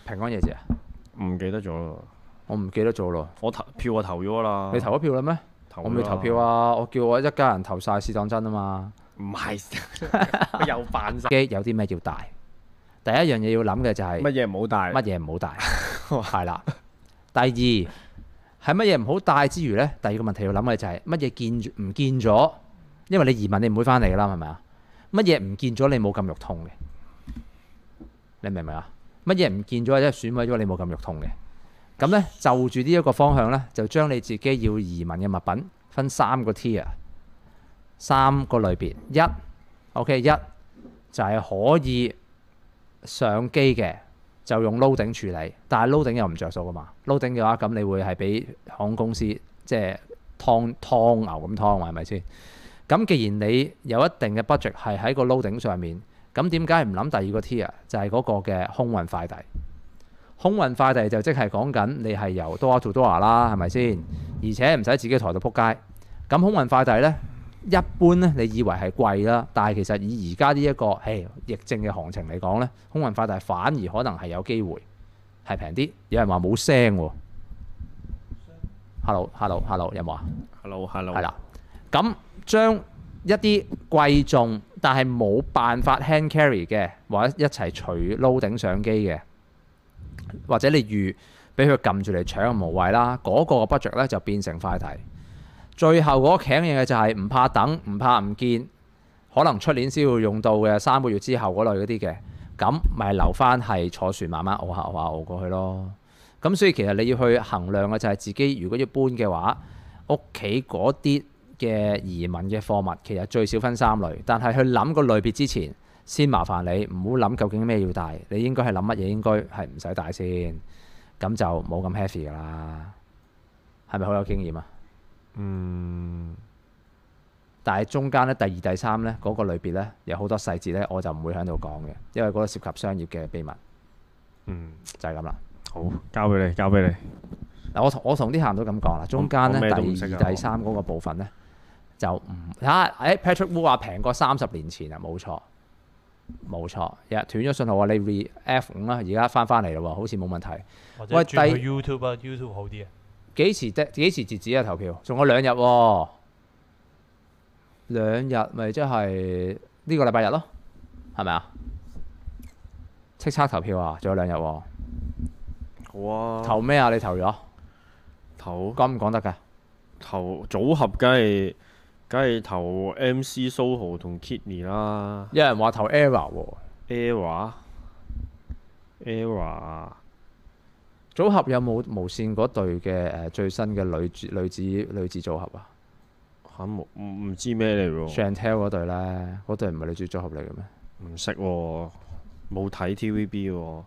平安夜節啊？
唔唔記得咗啦。
我唔記得咗咯。
我投票我投咗啦。
你投咗票啦咩？
哦投咗
我未
啦
投票！啊！我叫我一家人投晒試當真啊嘛。
唔 係，又扮晒。
機有啲咩要帶？第一樣嘢要諗嘅就係
乜嘢唔好帶？
乜嘢唔好帶，係啦。第二喺乜嘢唔好帶之餘呢，第二個問題要諗嘅就係乜嘢見住唔見咗，因為你移民你唔會翻嚟噶啦，係咪啊？乜嘢唔見咗你冇咁肉痛嘅，你明唔明啊？乜嘢唔見咗或者損毀咗你冇咁肉痛嘅，咁呢，就住呢一個方向呢，就將你自己要移民嘅物品分三個 tier，三個類別。一，OK，一就係可以上機嘅。就用 loading 處理，但係 loading 又唔着數噶嘛。loading 嘅話，咁你會係俾航空公司即係劏劏牛咁劏嘛，係咪先？咁既然你有一定嘅 budget 係喺個 loading 上面，咁點解唔諗第二個 tier 啊就係嗰個嘅空運快遞？空運快遞就即係講緊你係由 door to door 啦，係咪先？而且唔使自己抬到撲街。咁空運快遞呢，一般呢，你以為係貴啦，但係其實以而家呢一個誒疫症嘅行情嚟講呢，空運快遞反而可能係有機會係平啲。有人話冇聲喎，hello，hello，hello，有冇啊？
Hello，Hello。
係啦，咁將一啲貴重但係冇辦法 hand carry 嘅，或者一齊除 loading 相機嘅，或者你預俾佢撳住嚟搶無謂啦，嗰、個 budget 咧就變成快遞。最後嗰個頸嘢嘅就係唔怕等，唔怕唔見，可能出年先會用到嘅，三個月之後嗰類嗰啲嘅，咁咪留翻係坐船慢慢熬下熬下熬過去咯。咁所以其實你要去衡量嘅就係自己如果要搬嘅話，屋企嗰啲嘅移民嘅貨物其實最少分三類，但係去諗個類別之前，先麻煩你唔好諗究竟咩要帶，你應該係諗乜嘢應該係唔使帶先，咁就冇咁 heavy 噶啦。係咪好有經驗啊？
嗯，
但係中間咧第二、第三咧嗰、個類別咧有好多細節咧，我就唔會喺度講嘅，因為嗰個涉及商業嘅秘密，
嗯，
就係咁啦。
好，交俾你，交俾你。
嗱，我同我同啲客人都咁講啦，中間
我
咧
咩
第
都唔識啊
二、第三嗰個部分咧就唔嚇，誒 Patrick Wu 話平過三十年前啊，冇錯，冇錯，日斷咗信號啊，你 re F 五啦，而家翻翻嚟咯喎，好似冇問題。
或
喂
者轉
第
去 YouTube 啊，YouTube 好啲啊。
幾時得？幾時截止啊？投票仲有兩日喎，兩日咪即係呢個禮拜日咯，係咪啊？叱咤投票啊，仲有兩日喎。
好啊。
投咩啊？你投咗？
投
講唔講得㗎？
投組合，梗係梗係投 MC Soho 同 Kitty 啦。
有人話投 error 喎，
Era，Era，
組合有冇無線嗰隊嘅誒最新嘅女子女子女子組合啊
嚇冇唔唔知咩嚟喎，
？Chantel 嗰隊咧，嗰隊唔係女子組合嚟嘅咩？
唔識喎，冇睇 TVB 喎，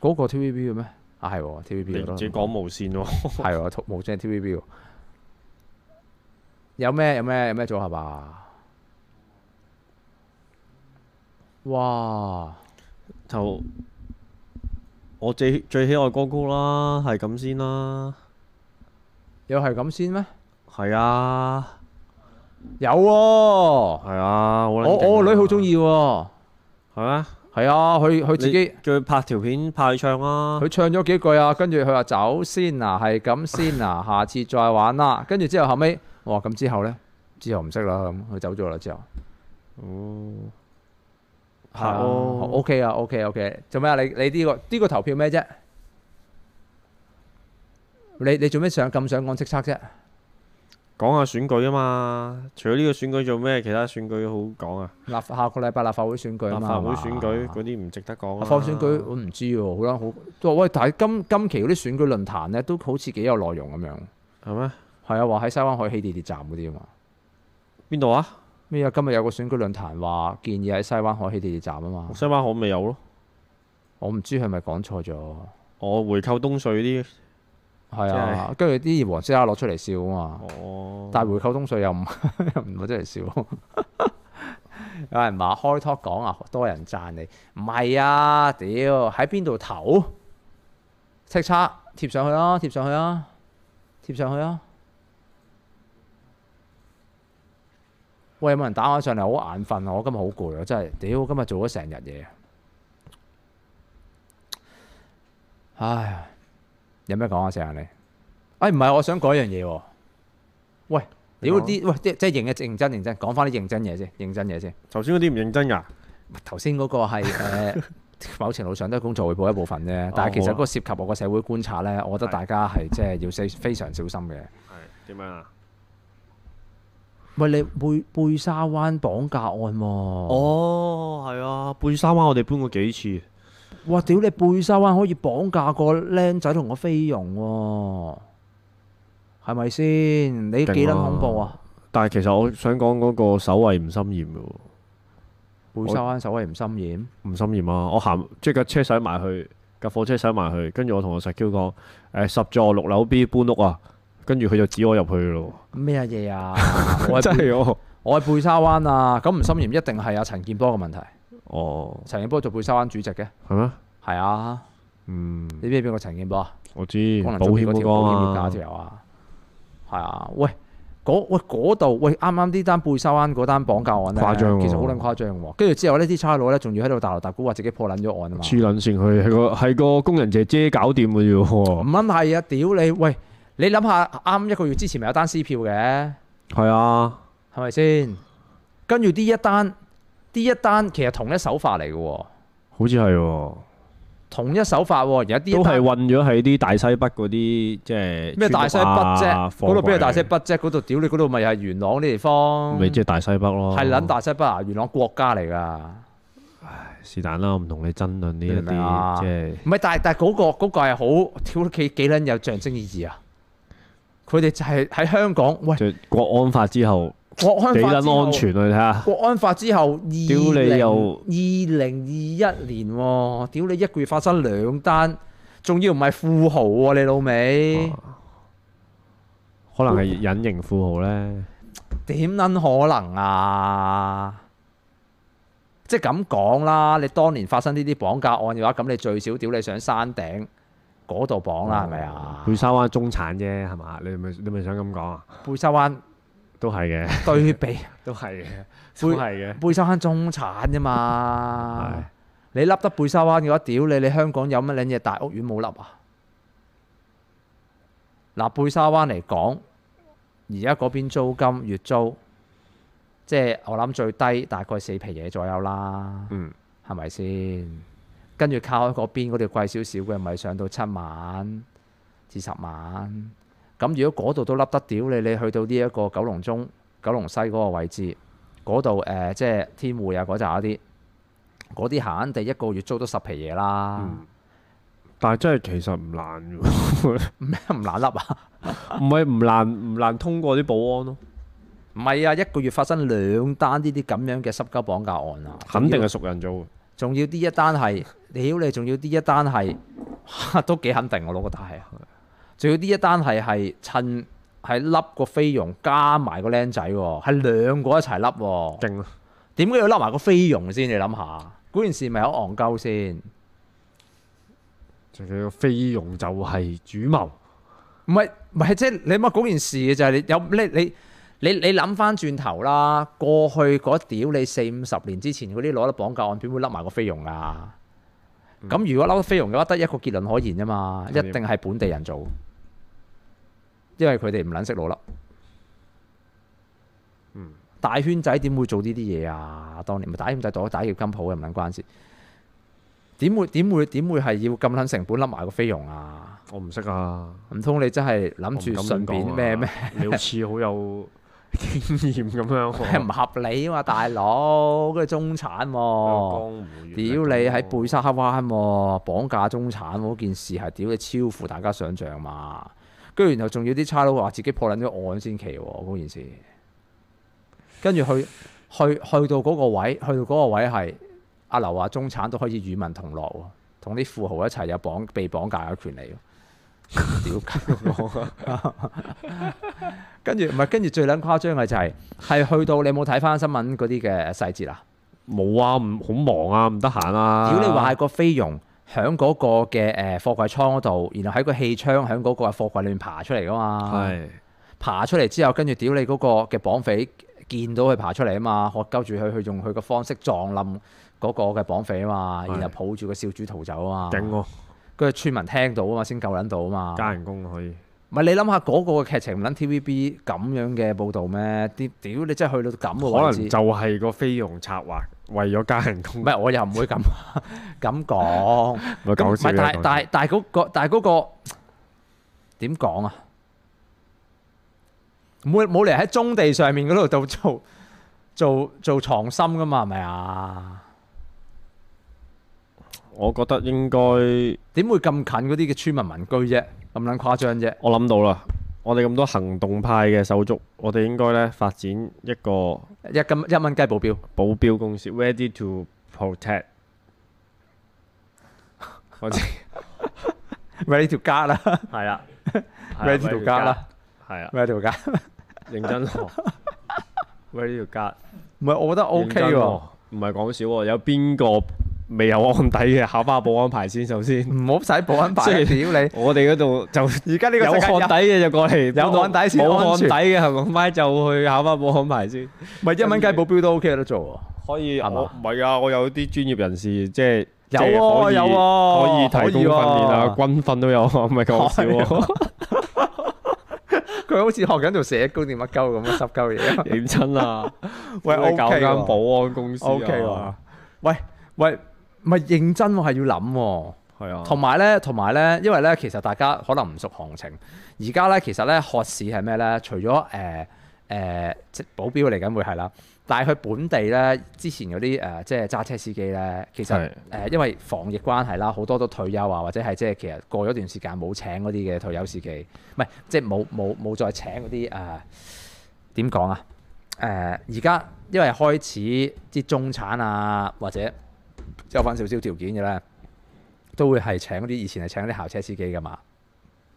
嗰個 TVB 嘅咩？啊係喎
你
，TVB
自
咯。
己講無線喎。
係喎，同無線 TVB 喎。有咩有咩有咩組合啊？哇！
就我最最喜愛歌曲啦，係咁先啦，
又係咁先咩？
係啊，
有喎、
係啊，我
我我哦個女好中，意喎。
係咩？
係啊，佢佢
佢
自己
佢拍條片派唱啦
佢，唱咗幾句啊，跟住佢話走先啊，係咁先 啊，下次再玩啦。跟住之後後尾，我話咁之後呢？之後唔識啦，咁佢走咗啦之後。
哦，
係
拍
啊
咯，
，OK 啊，OK OK，做咩啊？你你呢、個呢、個投票咩啫？你你做咩想咁想講叱咤啫？
講下選舉啊嘛，除咗呢個選舉做咩？其他選舉好講啊，
立下個禮拜立法會選舉啊
立
嘛
法會
係嘛
選舉嗰啲唔值得講啊
立
啦。
法會選舉我唔知喎，好啦好。都話喂，但係今今期嗰啲選舉論壇咧，都好似幾有內容咁樣。
係咩？
係啊，話喺西灣海起地鐵站嗰啲啊嘛。
邊度啊？
咩啊？今日有個選舉論壇話建議喺西灣海起地鐵站啊嘛。
西灣河咪有咯，
我唔知係咪講錯咗。
我回購東隧啲，
係啊，跟住啲黃絲乸攞出嚟笑啊嘛。
哦，
但係回購東税又唔 又唔攞出嚟笑。有人話開 talk 講啊，多人讚你，唔係啊，屌喺邊度投？叱咤貼上去啊啦，貼上去啦，貼上去啦。啊喂，有冇人打我上嚟？我好眼瞓啊！我今日好攰啊，真係，屌，今日做咗成日嘢啊。唉，有咩講啊？成日你，哎唔係，我想講一樣嘢喎。喂，
你
屌
講啊
啲喂，即即係認認真認真，講翻啲認真嘢先，認真嘢先。
頭先嗰啲唔認真㗎，
頭先嗰個 係誒某程度上都係工作匯報一部分啫，但係其實嗰個涉及我個社會觀察咧，我覺得
係
大家哦啊係即係要非非常小心嘅。
係點樣啊？
喂，你貝貝沙灣綁架案喎、
哦，係啊，半沙灣我哋搬過幾次，
哇！屌你貝沙灣可以綁架個僆仔同個菲傭喎、係咪先？你幾撚恐怖啊！
但係其實我想講嗰個守衞唔森嚴嘅喎。
貝沙灣守衛唔森嚴，
唔心嚴啊！我行即係架車駛埋去，架火車駛埋去，跟住我同我石 Q 講：誒、十座六樓 B 搬屋啊！跟住佢就指我入去 咯。
咩嘢啊？ 我係
真
貝
係我
我係貝沙灣啊！咁唔森嚴一定係阿陳建波嘅問題。
哦，
陳建波做貝沙灣主席嘅，
係咩？
係啊！
嗯，
你知唔知邊個陳建波啊？
我知
可能
保險
嗰
嗰
條
個
保險
啊
業界條啊，係啊，喂，嗰喂嗰度喂啱啱呢單貝沙灣嗰單綁架案咧，
誇張喎
其實好撚誇張喎。跟住之後呢啲差佬咧仲要喺度大鑼大鼓話自己破撚咗案啊嘛，
嗯黐撚線，佢係個係個工人姐姐搞掂嘅啫
唔
喎。
撚係啊，屌你喂，你諗下啱一個月之前咪有單撕票嘅，
係啊，
係咪先？跟住呢一單，呢一單其實同一手法嚟嘅喎，
好似係喎，
同一手法喎，而家呢
都
一
係
單。
混咗喺啲大西北嗰啲即係
咩大西北
村屋啊
啫？嗰度邊
貨櫃
有大西北啫？嗰度屌你嗰度咪係元朗啲地方？
咪即係大西北咯。
係撚大西北啊，元朗國家嚟㗎。
是但啦，我唔同你爭論呢一
你明唔明啊
啲即係
唔係，但係但係嗰個嗰個係好屌幾幾撚有象徵意義啊！佢哋就係喺香港，喂，
即係國安法之後
國安
幾
法之
撚
後
安，全啊！你睇下。
國安法之後，
屌
二
你
零
又
二零二一年喎，屌你一個月發生兩單，仲要唔係富豪喎，你老
哦
味
可能係隱形富豪咧，
點撚可能啊？即係咁講啦，你當年發生呢啲綁架案嘅話，咁你最少屌你上山頂嗰度綁
嗯
啦，係咪啊？
貝沙灣中產啫，係嘛？你咪你咪想咁講啊？
貝沙灣
都 係嘅，
對比。
都係嘅，
都
係嘅。
貝沙灣中產啫
啊
嘛，你笠得貝沙灣嘅話，屌你！你香港有乜撚嘢大屋苑冇笠啊？嗱，貝沙灣嚟講，而家嗰邊租金月租，即係我諗最低大概四皮嘢左右啦，
嗯，
係咪先？跟住靠喺嗰邊嗰條貴少少嘅，咪上到七萬至十萬。咁如果嗰度都笠得屌你，你去到呢一個九龍中、九龍西嗰個位置，嗰度誒即係天匯啊嗰扎啲，嗰啲閒閒地一個月租都十皮嘢啦，
嗯但係真係其實唔難喎，
咩唔難笠啊？
唔係唔難唔難通過啲保安咯，
唔係啊，一個月發生兩單呢啲咁樣嘅濕鳩綁架案啊，
肯定係熟人做嘅。
仲要呢一單係，屌你，仲要呢一單係， 都幾肯定我都覺得係。啊仲要呢一單係係趁係笠個菲傭加埋個僆仔喎，係兩個一齊笠喎。
勁啦！
點解要笠埋個菲傭先？你諗下，嗰件事咪好戇鳩先？
就佢個菲傭就係主謀，
唔係唔係，即係你乜嗰件事嘅就係你有你你你你諗翻轉頭啦，過去嗰屌你四五十年之前嗰啲攞得綁架案，點會笠埋個菲傭啊？咁如果笠得菲傭嘅話，得一個結論可言啫嘛，一
係
定係本地人做，因為佢哋唔撚識老笠。
嗯
大圈仔點會做呢啲嘢啊？當年咪大圈仔度打劫金鋪嘅唔撚關事，點會點會點會係要咁撚成本笠埋個菲傭啊？
我唔識啊。
唔通你真係諗
我唔
住
敢
順便
講啊
咩 咩？？
你好似 好有經驗咁樣
咩
喎。
唔合理啊嘛，大佬，跟住中產喎、
江湖
哦屌你
閱歷咁
喺
喎
貝沙灣喎，綁架中產嗰件事係屌你超乎大家想象嘛，跟住然後仲要啲差佬話自己破撚咗案先奇喎嗰件事，跟住去去去到嗰個位，去到嗰個位係阿劉話中產都可以與民同樂喎，同啲富豪一齊有綁被綁架嘅權利喎。屌跟住唔係跟住最撚誇張嘅就係、係去到你有冇睇翻新聞嗰啲嘅細節啊？
冇啊，唔好忙啊，唔得閒啊。
屌你話係個菲傭喺嗰個嘅誒貨櫃倉嗰度，然後喺個氣窗喺嗰個貨櫃裏面爬出嚟噶嘛，
係
爬出嚟之後，跟住屌你嗰個嘅綁匪見到佢爬出嚟啊嘛，學鳩住佢，佢用佢嘅方式撞冧嗰個嘅綁匪啊嘛，
係
然後抱住個少主逃走啊嘛，
勁喎。
跟住村民聽到啊嘛，先夠撚到啊嘛。
加人工可以。
唔係你諗下嗰個劇情唔撚 TVB 咁樣嘅報導咩？啲屌你真係去到咁嘅
可
位
能
置
就，係個菲佣策劃為咗加人
唔
工，唔
係我又唔會咁 咁講。
係
咁
講
唔
笑
係，
嘅。
但係
講笑
但係但係嗰個但係嗰個點講啊？冇冇嚟喺中地上面嗰度度做做做藏心噶嘛？係咪啊？
我覺得應該
點會咁近嗰啲嘅村民民居啫？咁撚誇張啫？
我諗到啦。我哋咁多行動派嘅手足，我哋應該咧發展一個
一金一蚊雞保鏢，
保鏢公司，ready to protect。我知
咪呢條街啦，
係 啊啦，À,
咪呢條街啦，，
係啊，
咪呢條街。
認真 喎。ready to 加
唔係，我覺得 O K 喎。，
唔係講笑喎。有邊個未有案底嘅考翻保安牌先？首先，
唔好使保安牌，
雖
屌
然
你！
我哋嗰度就
而家呢
有
個世界
案底嘅就過嚟，
有案底先
冇
安
案底
全
嘅行動派就去考翻保安牌先。
咪一蚊雞保鏢都 O K 得做
可以，
係嘛
我唔係啊，我有啲專業人士即係
有
即係
喎
可以
有喎
可以提供訓練啊，
可
軍訓都有，唔係講 笑喎，
喎。佢好似學緊做社工定乜鳩咁嘅濕鳩嘢。
認真啊！
喂
你搞
OK
間
喎
保安公司啊
O K 喎，，喂喂，咪認真喎，係要諗喎。
係啊，
同埋咧，同埋咧，因為咧，其實大家可能唔熟行情。而家咧，其實咧，學士係咩咧？除咗呃誒誒，即保鏢嚟緊會係啦。但係佢本地咧，之前嗰啲誒，即係揸車司機咧，其實誒
係、
因為防疫關係啦，好多都退休啊，或者係即係其實過咗段時間冇請嗰啲嘅退休司機，唔係即係冇冇冇再請嗰啲誒點講啊？誒而家因為開始啲中產啊，或者有翻少少條件嘅咧，都會係請嗰啲以前係請嗰啲校車司機噶嘛。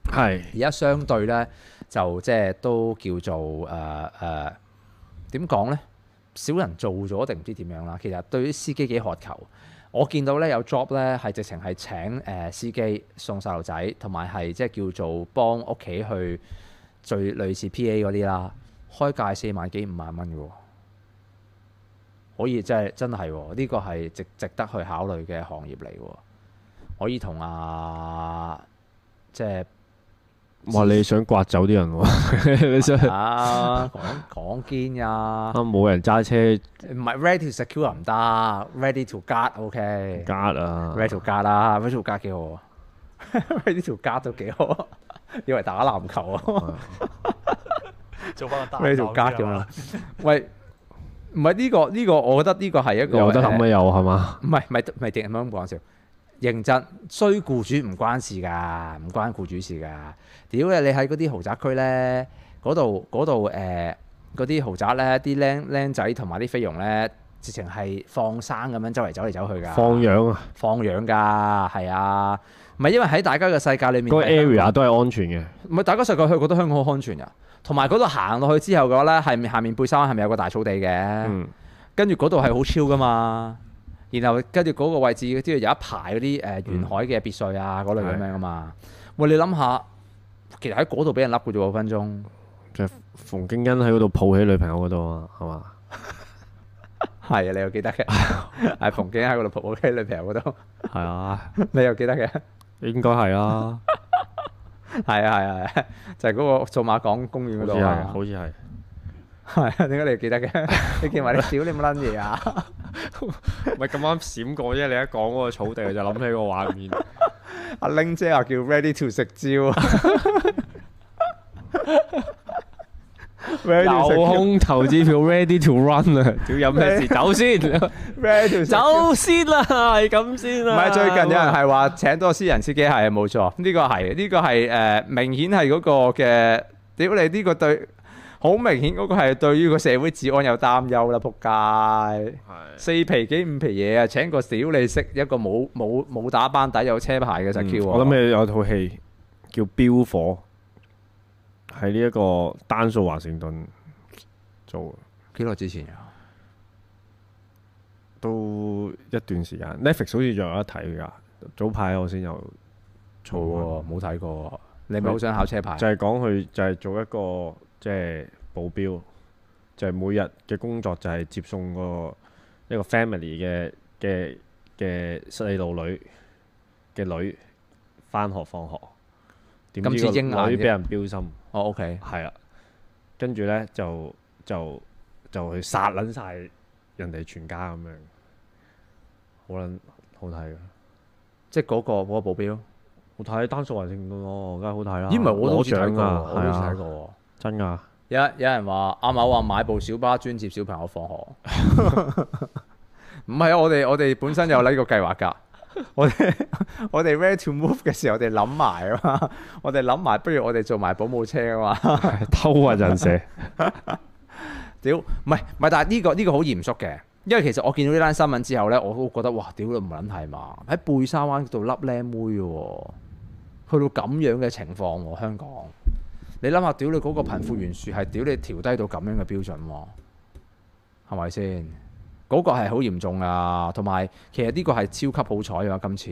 係
而家相對咧就即係都叫做誒誒點講咧，少人做咗定唔知點樣啦。其實對於司機幾渴求，我見到咧有 job 咧係直情係請誒、呃司機送細路仔，同埋係即係叫做幫屋企去最類似 PA 嗰啲啦，開價四萬幾五萬蚊嘅喎。可以真係真係喎，呢個係值值得去考慮嘅行業嚟喎。可以同啊，即係
哇！你想刮走啲人喎，你想
啊，講講堅呀
啊，冇人揸車
唔係 ready to secure 唔得，ready to guard，OK，ready
加啊，
to guard 啦，ready to guard 幾好喎 ，ready to guard 都幾好，以為打籃球啊
做翻個
，ready to guard 咁啊，喂，唔係呢個呢個，我覺得呢個係一個
有得
呃
諗啊，有係嘛？
唔係唔係唔係定咁樣講笑，認真衰僱主唔關事㗎，唔關僱主事㗎。屌你！你喺嗰啲豪宅區咧，嗰度嗰度誒嗰啲豪宅咧，啲僆僆仔同埋啲菲傭咧，直情係放生咁樣周圍走嚟走去㗎，
放養啊，
放養㗎，係啊，唔係因為喺大家嘅世界裏面，
個 area 都係安全嘅。
唔係大家世界去覺得香港好安全㗎，同埋嗰度行落去之後嘅話咧，係咪下面背山係咪有個大草地嘅？
嗯，
跟住嗰度係好超噶嘛，然後跟住嗰個位置，跟住有一排嗰啲誒沿海嘅別墅啊嗰類咁樣噶嘛。喂，你諗下，其實喺嗰度俾人笠嘅啫喎，分鐘
就係馮敬恩喺嗰度抱起女朋友嗰度啊，係嘛？
係啊，你又記得 嘅，係馮景喺嗰度蒲我嘅女朋友嗰度，
係啊，
你又記得嘅，
應該係啊啦，
係啊係啊係啊，就係嗰個數碼港公園
好
嗰
似
度
係，
啊，
好似係。
係啊，點解你又記得 嘅？你見埋你屌你冇撚嘢 啊！
咪咁啱閃過啫，你一講嗰個草地我就諗起個畫面。
阿玲姐又叫 ready to 食 蕉啊，ready to 食
有
蕉
空頭支票 ready to run 啊！屌有咩事走先，
，ready to 食蕉
走先啦，係咁先
唔
啦。
係最近有人係話請多私人司機係冇錯，呢個係呢個係誒明顯係嗰個嘅屌你呢個對好明顯嗰個係對於個社會治安有擔憂啦，仆街
係
四皮幾五皮嘢啊！請個屌你識一個冇冇冇打班底有車牌嘅實 Q
嗯我諗起有套戲叫《飆火》，喺呢一個丹素華盛頓做嘅，
幾耐之前啊？
都一段時間。Netflix 好似仲有得睇㗎，早排我先有啊
冇喎，冇睇過。你咪好想考車牌？
就係講佢就係做一個即係保鏢，就係、每日嘅工作就係接送個一個 family 嘅嘅嘅細路女嘅女翻學放學，點
咁
知
似英眼
個女
嘅
俾人標心，
哦，OK，
係啦，跟住咧就就就去殺撚晒人哋全家咁樣，好撚好睇嘅，
即係嗰個嗰個保鏢，
好睇單數還勝論咯，梗係好睇啦，
咦唔係我都好
攞
似睇
獎
過喎，
啊，
我
係
都好似睇
啊，
過喎。
真 㗎。
有有人話阿某話買部小巴專接小朋友放學， 唔係啊！我哋我哋本身有呢個計劃㗎。 我哋我哋 ready to move 嘅時候，我哋諗埋啊嘛，我哋諗埋，不如我哋做埋保姆車啊嘛。
偷啊人蛇，
屌，唔係唔係，但係呢個呢個好嚴肅嘅，因為其實我見到呢單新聞之後咧，我都覺得哇，屌你唔撚係嘛，喺貝沙灣度笠靚妹嘅喎，去到咁樣嘅情況喎，香港，你諗下，屌你嗰個貧富懸殊係屌你調低到咁樣嘅標準喎，係咪先？嗰、個係好嚴重啊，同埋其實呢個係超級好彩啊！今次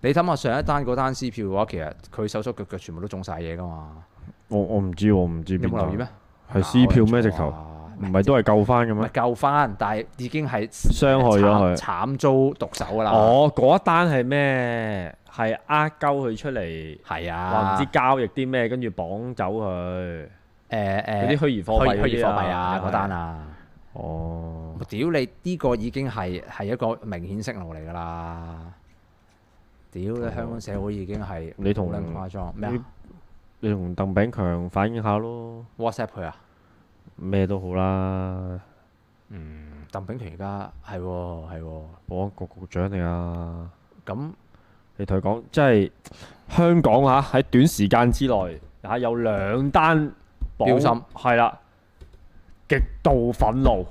你諗下上一單嗰單撕票嘅話，其實佢手手腳腳全部都中晒嘢㗎嘛，
我我唔知喎，我唔知
你有
邊
冇留意
個
咩？？
啊
啊
係撕票咩？直頭
哇
唔係都係救翻嘅
唔係
咩？
救翻，但係已經係
傷害咗佢
慘慘遭毒手㗎啦。，
哦，嗰一單係咩？係呃鳩佢出嚟，
係
話
啊，
唔知
誒
交易啲咩，跟住綁走佢嗰
誒，
啲虛擬貨幣
虛
嗰啲
虛擬貨幣啊嗰單。啊，
哦，
屌你呢個已經係係一個明顯息路嚟㗎啦。屌你香港社會已經係
哦你同
好撚誇張咩
你
啊
你同鄧炳強反映下咯，
？WhatsApp 佢啊？
咩都好啦，
嗯，鄧炳權而家係喎係喎，
保安局局長嚟啊！
咁
你同佢講，即係香港嚇喺短時間之內嚇有兩單綁
標心，
係啦，極度憤怒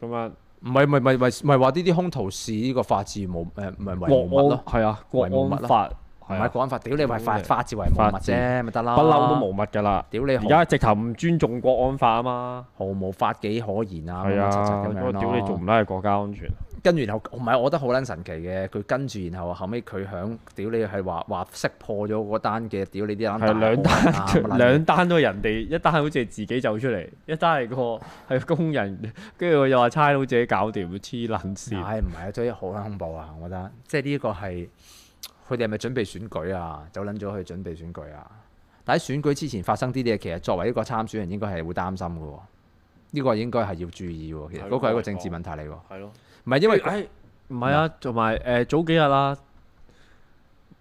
咁啊樣，
唔係唔係唔係唔係話呢啲兇徒是呢個法治冇誒唔係違無物
國
咯
安，係啊，國
為冇物
安
咯
法
唔係
係啊，
講法，屌你違法
屌你
法治為無物
法治
啫，咪得
不
啦。
嬲都無物㗎啦。
屌你
而
毫
家直頭唔尊重國安法啊嘛，
毫無法紀可言啊，乜
係
乜柒柒
啊，
咁樣
我屌你做唔
咯。
拉係國家安全，
跟住然後唔係，我覺得好撚神奇嘅，佢跟住然後後尾佢響屌你係話話識破咗嗰單嘅屌你 啲
係
單
兩單
兩
兩單都係人哋，一單好似係自己走出嚟，一單係 個係工人，跟住佢又話差佬自己搞掂，黐撚線。
唉唔係啊，真係好撚恐怖啊！我覺得即係呢個係佢哋係咪準備選舉啊？走撚咗去準備選舉啊！但喺選舉之前發生啲嘢，其實作為一個參選人應該係會擔心嘅喎。呢個應該係要注意喎，其實
係
嗰個係一個
我係
政治
講
問題嚟喎，唔
係咯。
係因為
誒唔係啊，同埋誒早幾日啦，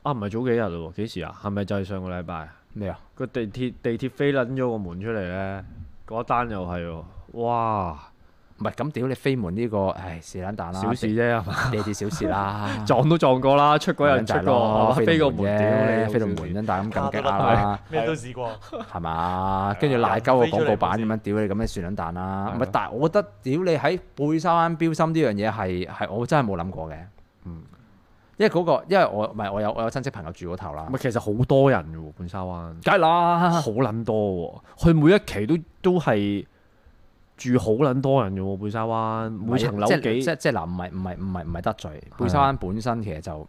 啊唔係早幾日嘞喎，幾時啊？係咪就係上個禮拜啊
咩啊？
個地鐵地鐵飛撚咗個門出嚟咧？嗰單又係喎，哇！
唔係咁屌你飛門呢個，唉是撚蛋啦，
小事啫係 嘛，，
地鐵小事啦啊
撞都撞過啦，出 嗰
嗰
人出過，飛個門屌你，
飛到門因但係咁
卡
咁
都
激
甩
啦
埋，，咩都試過。
係
啊
嘛？跟住賴鳩個廣告版咁樣，屌你咁樣算撚蛋啦。唔係，但係我覺得屌你喺貝沙灣標心呢樣嘢係係我真係冇諗過嘅。嗯，因為嗰個因為我唔係我有我有親戚朋友住嗰頭啦
唔，係其實好多人嘅喎，本沙灣
梗係啦，
好撚多喎，佢每一期都都係住好撚多人嘅喎，本沙灣每層樓
即係
幾
即係即係嗱，唔係唔係唔係唔係得罪貝沙灣本身其實就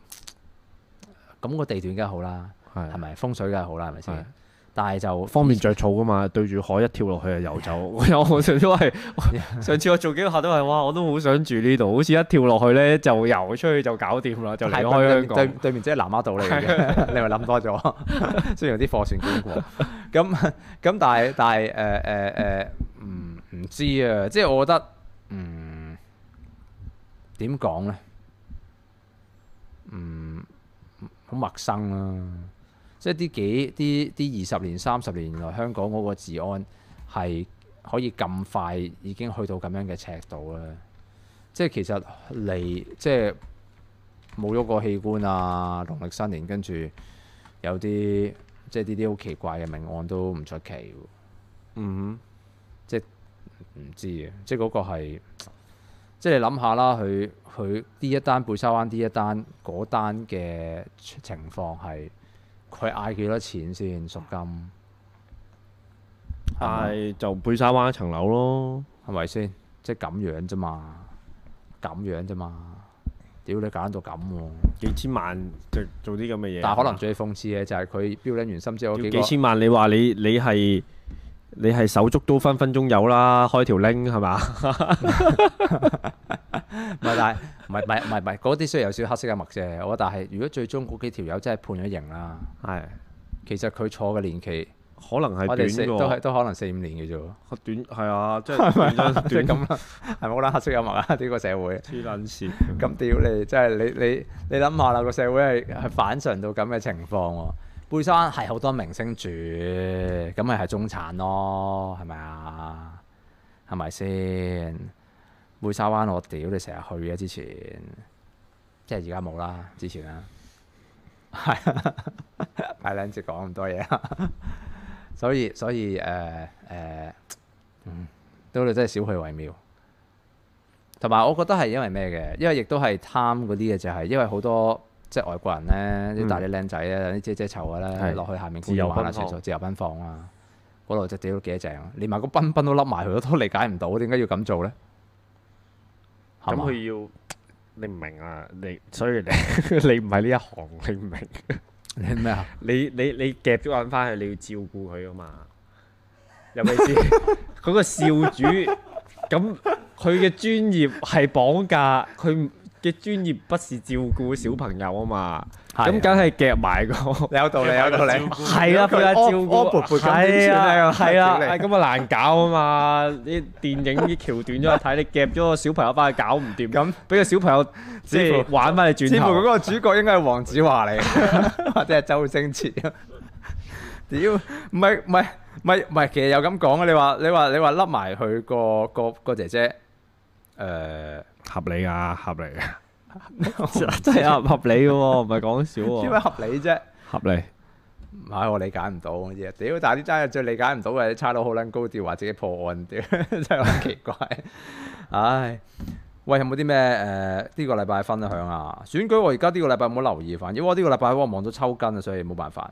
咁個地段梗係好啦，係
係
咪風水梗係好啦，係咪
係
先？但係就
方便着草噶嘛，對住海一跳落去就 游走。我有我上次都係，我上次我做幾個客都係，哇！我都好想住呢度，好似一跳落去咧就游出去就搞掂啦，就離開
對
香港。啊
對面即係南丫島嚟嘅，你咪諗多 咗。雖然有啲貨船經過，咁咁但係但係誒誒誒，唔唔知啊，即係我覺得嗯點講咧，嗯好陌生啦、即係啲幾啲啲二十年三十年來香港嗰個治安係可以咁快已經去到咁樣嘅尺度啦。即係其實嚟即係冇咗個器官啊，農曆新年跟住有啲即係呢啲好奇怪嘅命案都唔出奇喎，
嗯
唔知嘅，即係嗰個係即係你諗下啦，佢佢呢一單貝沙灣呢一單嗰單嘅情況係佢嗌幾多錢先贖金
哼，但係就貝沙灣一層樓咯，
係咪先？即係咁樣啫嘛，咁樣啫嘛，屌你揀到咁喎、
幾千萬就做啲咁嘅嘢。
但係可能最諷刺嘅就係佢標撚完心之後嗰
要
幾
幾
個。
千萬，你話你你係你係手足都分分鐘有啦，開條 link 係嘛？
唔係，但係唔係唔係唔係唔係嗰啲雖然有少少黑色嘅墨啫，我覺得但係如果最終嗰幾條友真係判咗刑啦，
係
其實佢坐嘅年期，
可能係
我哋
短
四都係
嘅
都可能四五年嘅啫喎，
喎，短係啊，即係短
即係
真短
咁啦，係咪好撚黑色嘅墨啊？呢個社會。
黐撚線。
咁屌你，真係你你你諗下啦，個社會係係反常到咁嘅情況喎。貝山係好多明星住，咁咪係中產咯，係咪啊？係咪先？貝沙灣我屌你成日去嘅之前，即係而家冇啦，之前啦，係啊， 係兩節講咁多嘢 啦，所以所以誒誒、嗯，到你真係少去為妙。同埋我覺得係因為咩嘅？因為亦都係貪嗰啲嘅，就係因為好多即係外國人咧，啲大啲僆仔咧，啲姐姐湊嘅咧，
嗯係
落去下面
自由
玩下
奔放
廁所，自由奔放啊！嗰度隻屌都幾正啊，連埋個賓賓都笠埋佢，都理解唔到點解要咁做咧？係
咁
嘛？
佢要你唔明啊，你所以你 你唔係呢一行，你唔明。
你咩啊？
你你你夾咗眼翻去，你要照顧佢噶啊嘛？尤其 是嗰個少主，咁佢嘅專業係綁架，佢唔嘅專業不是照顧小朋友啊嘛。咁梗係夾埋個
你有道理，有道理。
係啦，佢係照
屙
顧
潑潑，咁點
係
算啊
啊係
屌
啦，
你
係咁啊難搞啊嘛！啲電影啲橋段咗睇，你夾咗個小朋友翻去搞唔掂，
咁
俾個小朋友即
似
係
乎
玩翻你轉
似乎嗰
頭。
個主角應該係黃子華嚟， 或者係周星馳。屌，唔係唔係唔係唔係，其實又咁講啊！你話你話你話笠埋佢個個個姐姐，誒、
合理啊，合理啊，
真係合合理嘅喎，唔係講笑喎。
點 解合理啫？
合理。
唔係我理解唔到嘅嘢，屌！但係啲真係最理解唔到嘅，啲差佬好撚高調話自己破案，屌真係好奇 怪。唉，喂，有冇啲咩誒呢個禮拜分享啊？選舉我而家呢個禮拜冇留意翻，因為我呢個禮拜我忙到抽筋啊，所以冇辦法。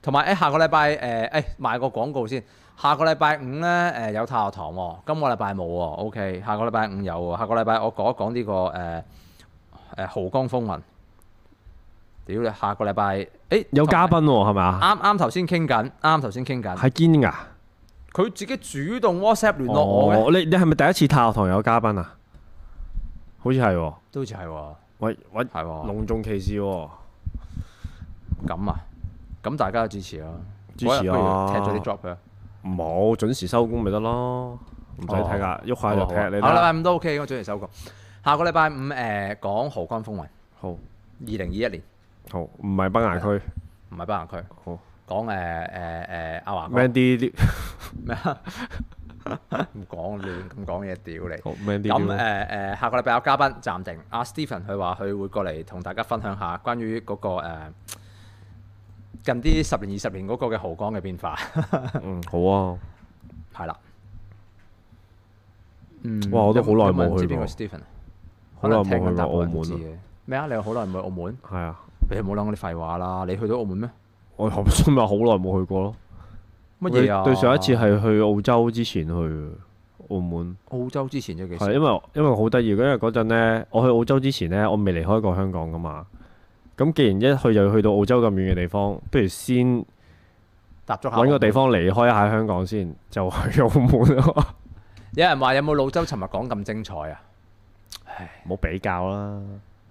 同埋誒，下個禮拜呃誒誒賣個廣告先。下個禮拜五咧誒、有太學堂喎、今個禮拜冇喎。OK，下個禮拜五有喎。下個禮拜呃我講一講呢、個誒誒、呃濠江風雲。屌你，下個禮拜誒
有嘉
同埋
賓喎，係咪啊？
啱啱頭先傾緊，啱頭先傾緊，
係堅噶。
佢自己主動 WhatsApp 聯絡我嘅，
哦，你你係咪第一次太學堂有嘉賓啊？好似係喎，
都好似係喎，
喂喂，
係喎，
隆重其事喎，
咁啊，咁大家都支持咯，
支持啊
嗰日不如踢咗啲 drop 佢，
冇準時收工咪得咯，唔使睇噶，喐下就踢你
好啊下個
哦啦。
禮拜五都 OK，我準時收工。下個禮拜五誒講濠江風雲，二
好
零二一年
好，唔係啊北牙區，
唔係北行區，
好
講誒誒誒阿華哥
man 啲啲，
咩啊？唔講亂咁講嘢，屌你！
好 man 啲
咁
啲。
誒誒，下個禮拜有嘉賓暫定，阿 Stephen 佢話佢會過嚟同大家分享下關於嗰、個、呃近啲十年二十年嗰個嘅濠江嘅變化，
嗯，好啊，
係啦。嗯
哇我都好耐冇
有有人知
去
邊個
過
Stephen？
好耐
可能
冇
聽緊
去過
大部
澳
分都
門
知
啊
嘅咩啊？你話好耐唔去澳門？
係啊，
你唔好諗嗰啲廢話啦！你去到澳門咩？
我我今日好耐冇去過咯。
乜嘢啊？
對上一次係去澳洲之前去澳門，
澳洲之前啫，其
係
實
因為因為好得意，因為嗰陣咧，我去澳洲之前咧，我未離開過香港噶嘛。咁既然一去就去到澳洲咁遠嘅地方，不如先
踏足下
揾個地
澳門。
方離開一下香港先，就去澳門咯。
有人話有冇老周尋日講咁精彩啊？
冇比較啦，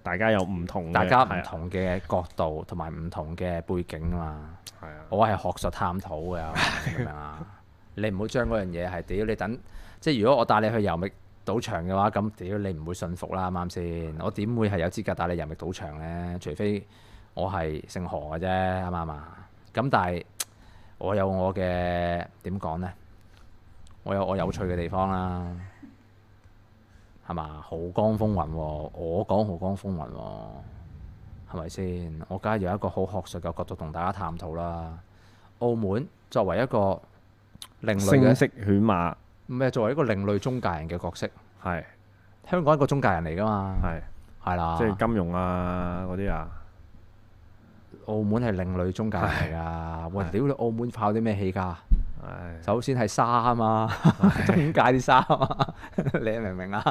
大家有唔同嘅，
大家
係
唔
啊
同嘅角度同埋唔同嘅背景啊嘛。
係啊，
我係學術探討嘅，明唔明啊？你唔好將嗰樣嘢係屌你等，即係如果我帶你去遊歷賭場嘅話，咁屌你唔會信服啦，啱唔啱先？我點會係有資格帶你遊歷賭場呢？除非我係姓何嘅啫，啱唔啱啊？咁但係我有我嘅點講呢？我有我有趣嘅地方啦，係嘛？濠江風雲喎、我講濠江風雲喎、係咪先？我梗係有一個好學術嘅角度同大家探討啦。澳門作為一個另類
聲
嘅
色犬馬
咩？作為一個另類中介人嘅角色，
係
香港一個中介人嚟噶嘛，
係，
係啦。
即係金融啊嗰啲啊，
澳門係另類中介人嚟噶。喂，屌你澳門靠啲咩戲㗎？
唉，
首先係沙啊嘛，中介啲沙啊嘛， 你明唔明啊？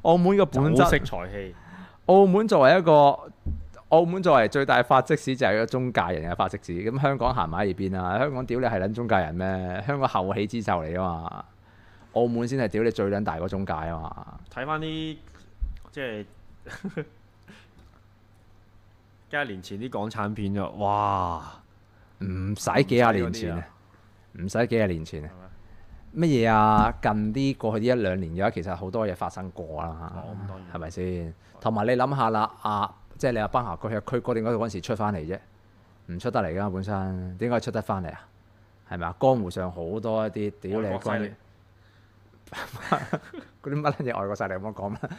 澳門嘅本質。
財氣
澳門作為一個澳門作為最大法職史就係一個中介人嘅法職史，咁香港行埋一邊啊！香港屌你係撚中介人咩？香港後起之秀嚟啊嘛！澳門先係屌你最撚大個中介啊嘛！
睇翻啲即係 一年前啲港產片就哇，
唔使幾廿年前啊，唔使幾廿年前啊。乜嘢啊？近啲過去呢一兩年嘅話，其實好多嘢發生過啦
哦咁當然，
係咪先？同埋你諗下啦，啊，即係你話班下佢區哥點解嗰陣時出翻嚟啫？唔出得嚟㗎本身，點解出得翻嚟啊？係咪啊？江湖上好多一啲屌你
外國勢
關於
力
嗰啲乜 撚嘢外國勢力咁樣講啦，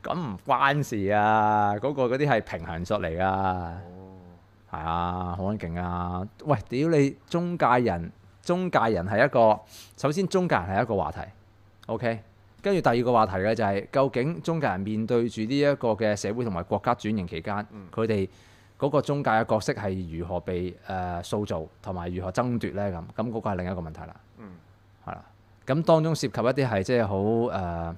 咁唔關事啊！嗰、個嗰啲係平衡術嚟㗎。係啊，好撚勁啊！喂，屌你中介人，中介人係一個首先中介人係一個話題，OK。跟住第二個話題咧就係、究竟中介人面對住呢一個嘅社會同埋國家轉型期間，佢哋嗰個中介嘅角色係如何被誒、呃、塑造同埋如何爭奪咧？咁咁嗰個係另一個問題啦。
嗯，
係啦。咁當中涉及一啲係即係好誒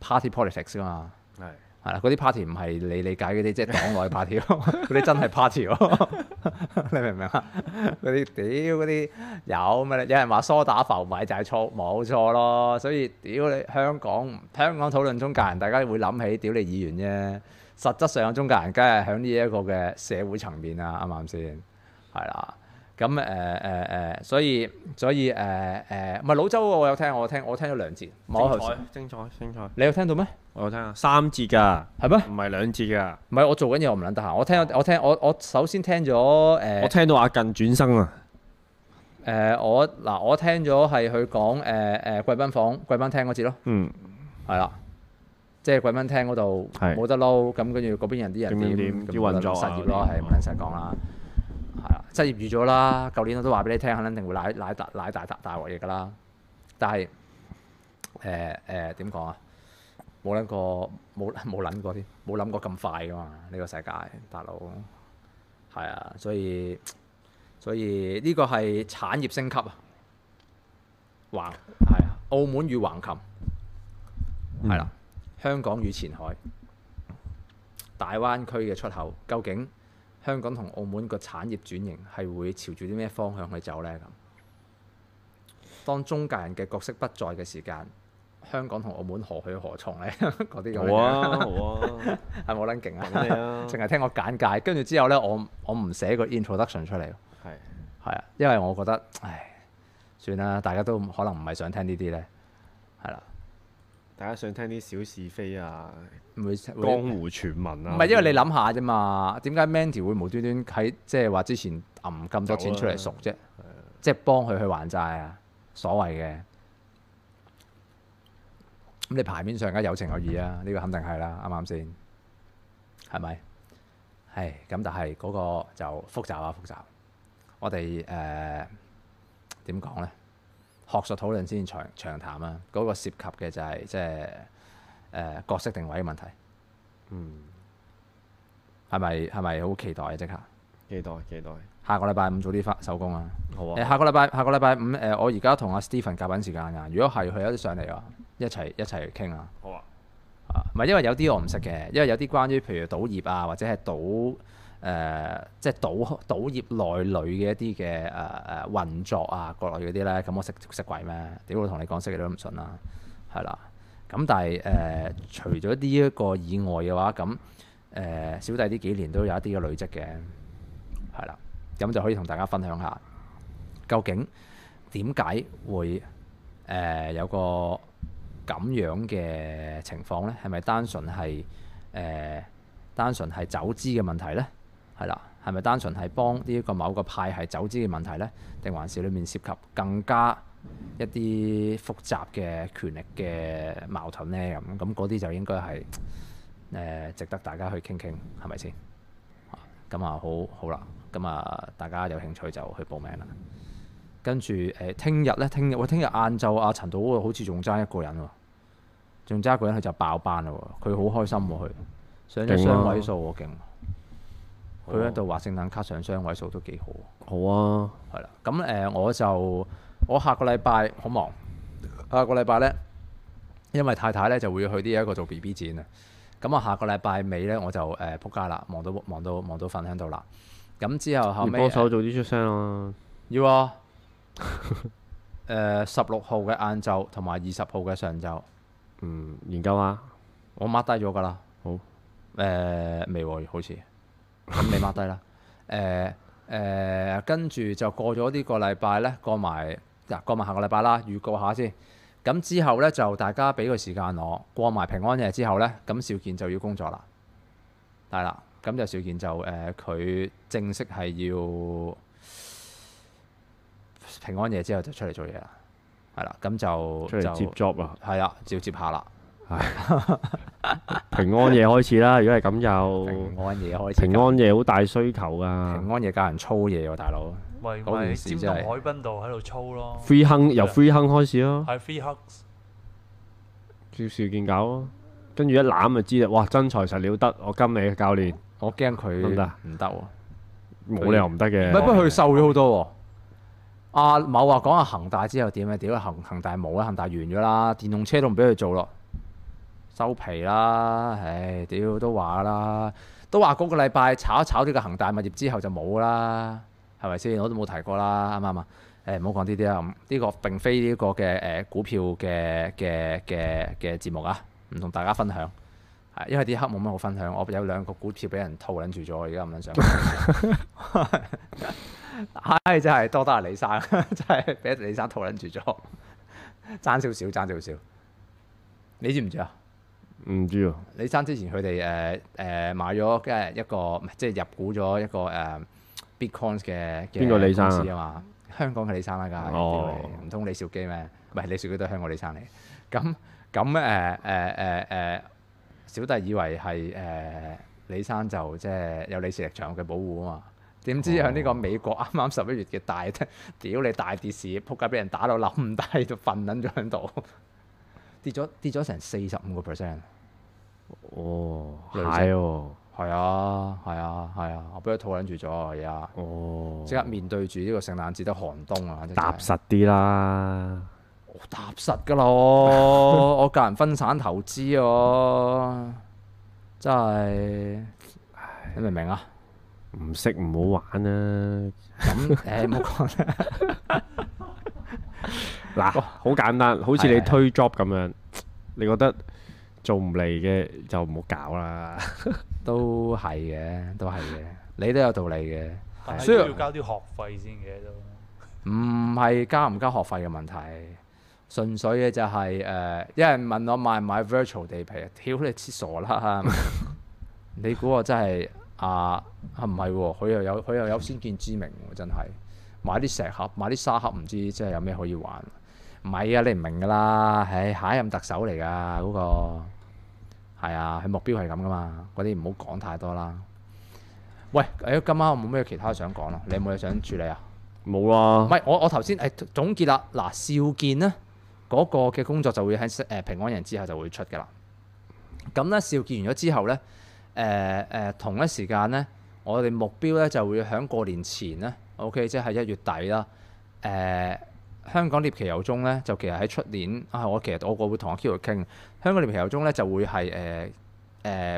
party politics 啊嘛。
係
係啦，嗰啲 party 唔係你理解嗰啲，即係黨內 party 咯，嗰啲真係 party 咯， 你明唔明啊？嗰啲屌嗰啲有咩？有人話梳打浮米就係錯，冇錯咯。所以屌你香港，香港討論中介人，大家會諗起屌你議員啫。實質上中介人梗係喺呢一個嘅社會層面啊，啱唔啱先？係啦。咁誒誒誒，所以所以誒誒，唔係老周我有聽，我聽我聽咗兩節，冇頭先
精彩精彩，
你有聽到咩？
我有聽啊，三節㗎，
係咩？
唔係兩節㗎，
唔係我做緊嘢，我唔撚得閒。我聽我聽我我首先聽咗
我
誒
聽到阿近轉生啊，
誒我嗱我聽咗係佢講誒誒貴賓房貴賓廳嗰節咯，
嗯，
係啦，即係貴賓廳嗰度
係
冇得撈，咁跟住嗰邊人啲人
點
點
點點啲運作啊
失業咯，
嗰啲
係唔撚使講啦，係啦，失業預咗啦，舊年我都話俾你聽，肯定會奶奶大奶大大大鑊嘢㗎啦，但係誒誒點講啊？冇諗過，冇 冇諗過添，冇諗過咁快噶嘛？呢、個世界，大佬係啊，所以所以呢個係產業升級啊，橫係啊，澳門與橫琴
嗯
係啦、香港與前海，大灣區嘅出口，究竟香港同澳門個產業轉型係會朝住啲咩方向去走呢？咁當中介人嘅角色不在嘅時間，香港同澳門何去何從呢？ 嗰啲咁樣
好啊 好啊，
係冇撚勁
咁你
啊！
啊，
淨係聽我簡介，跟住之後呢，我我唔寫個 introduction 出嚟，
係
係啊，因為我覺得，唉，算啦，大家都可能唔係想聽呢啲呢，係啦，
大家想聽啲小是非啊，
會
江
會
湖傳聞啊，
唔係因為你諗下啫嘛，點解 Mandy 會無端端喺即係話之前揞咁多錢出嚟贖啫？即係幫佢去還債啊，所謂嘅。咁你牌面上梗係有情有義啊，呢、個肯定係啦，啱唔啱先？係咪？係咁，但係嗰個就複雜啊，複雜。我哋誒點講呢？學術討論先長長談啊，嗰、個涉及嘅就係即係誒角色定位嘅問題。
嗯，
係咪係咪好期待啊？即刻
期待期待，
下個禮拜五早啲翻收工啊！
好
誒、
啊，
下個禮拜下個禮拜五誒、我而家同阿 Stephen 夾緊時間啊！如果係佢有啲上嚟啊，一齊一齊傾啊！
好啊，
啊，唔係因為有啲我唔識嘅，因為有啲關於譬如賭業啊，或者係賭誒、呃即係賭賭業內裏嘅一啲嘅誒誒運作啊，國內嗰啲咧，咁我識識鬼咩？屌我同你講識嘅都唔信啦，係啦。咁但係誒、呃除咗呢一個以外嘅話，咁誒、呃小弟呢幾年都有一啲嘅累積嘅，係啦，咁就可以同大家分享下，究竟點解會誒、呃有個咁樣嘅情況呢？係咪單純係誒、呃、單純係走資嘅問題呢？係啦，係咪單純係幫呢一個某個派系走資嘅問題呢？定還是裡面涉及更加一啲複雜嘅權力嘅矛盾呢？咁咁嗰啲就應該係誒呃值得大家去傾傾，係咪先？啊咁啊，好好啦，咁啊，大家有興趣就去報名啦。跟住誒，聽日咧，聽日喂，聽日晏晝阿陳導好似仲爭一個人喎，仲爭一個人佢就爆班啦喎，佢好開心喎，佢上咗
勁啊
雙位數喎，勁！佢喺度話聖誕卡上雙位數都幾好喎。
好啊，
係啦，咁誒、呃我就我下個禮拜好忙，下個禮拜咧，因為太太咧就會去呢一個做 B B 展啊，咁啊下個禮拜尾咧我就誒仆街啦，忙到忙到忙到瞓喺度啦，咁之後後
你
尾
幫手早啲出聲啊，
要啊， 呃誒十六號嘅晏晝同埋二十號嘅上晝，
嗯，研究下，
我 mark 低咗㗎啦。
好。
誒未喎，好似咁你 mark 低啦。 誒誒，跟住就過咗呢個禮拜咧，過埋嗱過埋下個禮拜啦，預告下先。咁之後咧就大家俾個時間我過埋平安夜之後咧，咁邵健就要工作啦。係啦，咁就邵健就誒佢、正式係要平安夜之後就出嚟做嘢啦。係啦，咁就
出嚟接
就
job 啊！
係啦，照接下啦。
平安夜開 始啦，如果係咁就
平安夜開始
平安夜好大需求啊
平安夜教人操嘢喎，大佬。
咪
嗰
咪
件事
尖
真
東
係
海濱度喺度操咯，
，free 亨
啊
由 free 亨開始咯，
係 free hugs，
照事件搞咯，跟住一攬就知啦，哇真材實料得，我跟你教練
我驚佢
得唔得
唔得喎。
冇理由唔得嘅。
唔係，不過佢瘦咗好多喎。阿某話講下恒大之後點啊？屌恒恒大冇啦，恒大完咗啦，電動車都唔俾佢做咯，收皮啦！唉，屌都話啦，都話嗰個禮拜炒一炒呢個恒大物業之後就冇啦，係咪先？我都冇提過啦，啱唔啱啊？誒唔好講呢啲啦，呢個並非呢個嘅誒股票嘅嘅嘅嘅節目啊，唔同大家分享。係因為啲黑冇乜好分享，我有兩個股票俾人套撚住咗，而家唔撚想。唉，真係多得阿李生， 真係俾李生套撚住咗，爭少少，爭少少。你知唔知啊？
唔知喎，
李生之前佢哋誒誒買咗嘅一個，唔係即係入股咗一個誒、Bitcoin 嘅嘅
邊個李生啊
公司啊嘛？香港嘅李生啦，梗係
哦
屌你唔通李兆基咩？唔係李兆基都係香港李生嚟。咁咁呃誒誒誒誒，呃小弟以為係誒、呃李生就即係有李氏力場嘅保護啊嘛。點知
哦
喺呢個美國啱啱十一月嘅大 屌你大跌市，撲街俾人打到冧低，就瞓撚咗喺度，跌咗跌咗成四十五個 percent。
哦，
女
蟹
仔
喎，
係啊，係啊，係啊，我俾佢套撚住咗啊！而家
哦，
即刻面對住呢個聖誕節得寒冬啊！真係
踏實啲啦，
我踏實㗎咯， 我教人分散投資啊，真係你明唔明啊？
唔識唔好玩啊！
咁誒冇 講啦，
嗱，好簡單，好似
哦係
你
係
推 job 咁樣，你覺得做唔嚟嘅就唔好 搞啦。
都係嘅，都係嘅，你都有道理嘅。
但係
所以
都要交啲學費先嘅都。
唔係交唔交學費嘅問題，純粹嘅就係、誒、有人問我買唔買 virtual 地皮，啊屌你黐傻啦！你估我真係啊啊唔係喎，佢又有佢又有先見之明喎，真係買啲石盒，買啲沙盒，唔知真係有咩可以玩。唔係啊，你唔明㗎啦，唉，下一任特首嚟㗎嗰個，係啊，佢目標係咁㗎嘛，嗰啲唔好講太多啦。喂，誒，今晚我冇咩其他想講啦，你有冇嘢想處理啊？
冇啦
唔，係，我我頭先誒總結啦，嗱，邵健呢嗰、個嘅工作就會喺誒、平安人之後就會出㗎啦。咁咧，邵健完咗之後咧，誒、誒同一時間咧，我哋目標咧就會喺過年前咧，OK，即係一月底啦。誒、香港獵奇遊中咧，就其實喺出年啊，我其實我我會同阿 Q 傾，香港獵奇遊中咧就會係誒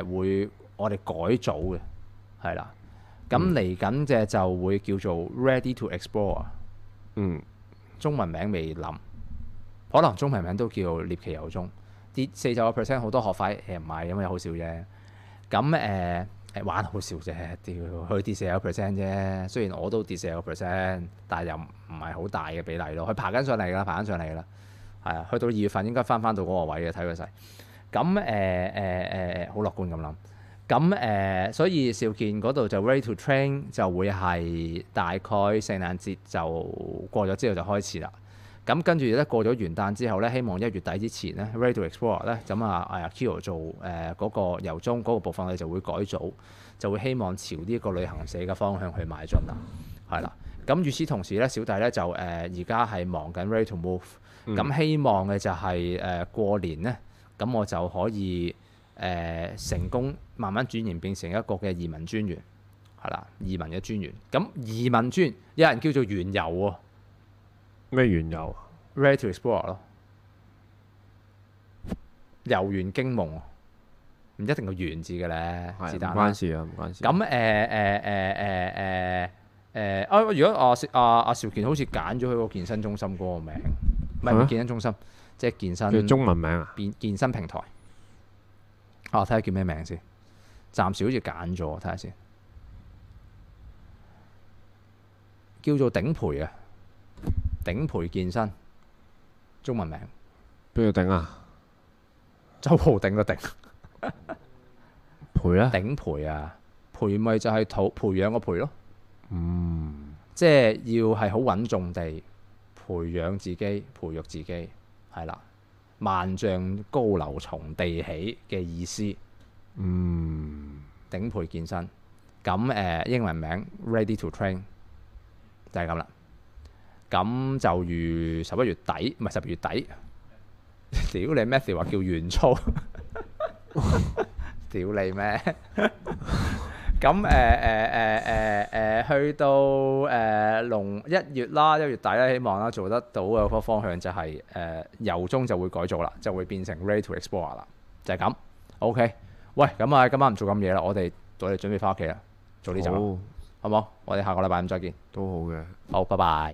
誒會我哋改組嘅，係啦。咁嚟緊嘅就會叫做 Ready to Explore。啊
嗯，
中文名未諗，可能中文名都叫獵奇遊蹤，跌四十個 percent 好多學費，誒唔係咁又好少啫。咁誒誒玩好少啫，屌佢跌四十個 percent 啫。雖然我都跌四十個 percent，但係又唔係好大嘅比例咯。佢爬緊上嚟㗎啦，爬緊上嚟㗎啦。係啊，去到二月份應該翻翻到嗰個位嘅，睇佢勢。咁誒誒誒，好樂觀咁諗。咁誒、所以邵健嗰度就 ready to train 就會係大概聖誕節就過咗之後就開始啦。咁跟住咧過咗元旦之後咧，希望一月底之前咧，ready to explore 咧，咁啊阿 Kiro 做呃誒嗰、個遊中嗰個部分，我哋就會改組，就會希望朝呢個旅行社嘅方向去邁進啦。係啦，咁與此同時咧，小弟咧就誒而家係忙緊 ready to move，咁、希望嘅就係、誒、過年咧，咁我就可以。誒、成功慢慢轉型變成一個嘅移民專員，係啦，移民嘅專員。咁移民專有人叫做原遊喎
咩緣由啊？
，Ready to Explore 咯，遊園驚夢喎，唔一定個園字嘅咧，
係
是
唔
但啦
關。事啊，唔關事。
咁誒誒誒誒誒誒啊！如果阿阿阿邵健好似揀咗佢個健身中心嗰個名，唔係
係
唔
咩
係健身中心，即係健
叫
身
中文名啊？
健健身平台。啊，我睇下叫咩名先。暫時好似揀咗，睇下先。叫做頂培啊，頂培健身，中文名
邊度頂啊？
周浩鼎都頂。
賠啦，
頂培啊，培咪就係土培養個培咯。嗯，即係要係好穩重地培養自己、培育自己，係啦。萬丈高樓從地起嘅意思。嗯，頂培健身。咁誒、呃英文名 Ready to Train 就係咁啦。咁就如十一月底，唔係十二月底。 屌你 Matthew 話叫元操。 屌你咩？ 咁誒誒誒誒誒，去到誒龍一月啦，一月底啦，希望啦做得到嘅個方向就係、誒、由中就會改造啦，就會變成 Ready to Explore 啦，就係、咁。OK，喂，咁啊，今晚唔做咁嘢啦，我哋我哋準備翻屋企啦，早啲走啦，
好
好冇？我哋下個禮拜五再見。
都好嘅。
好，拜拜。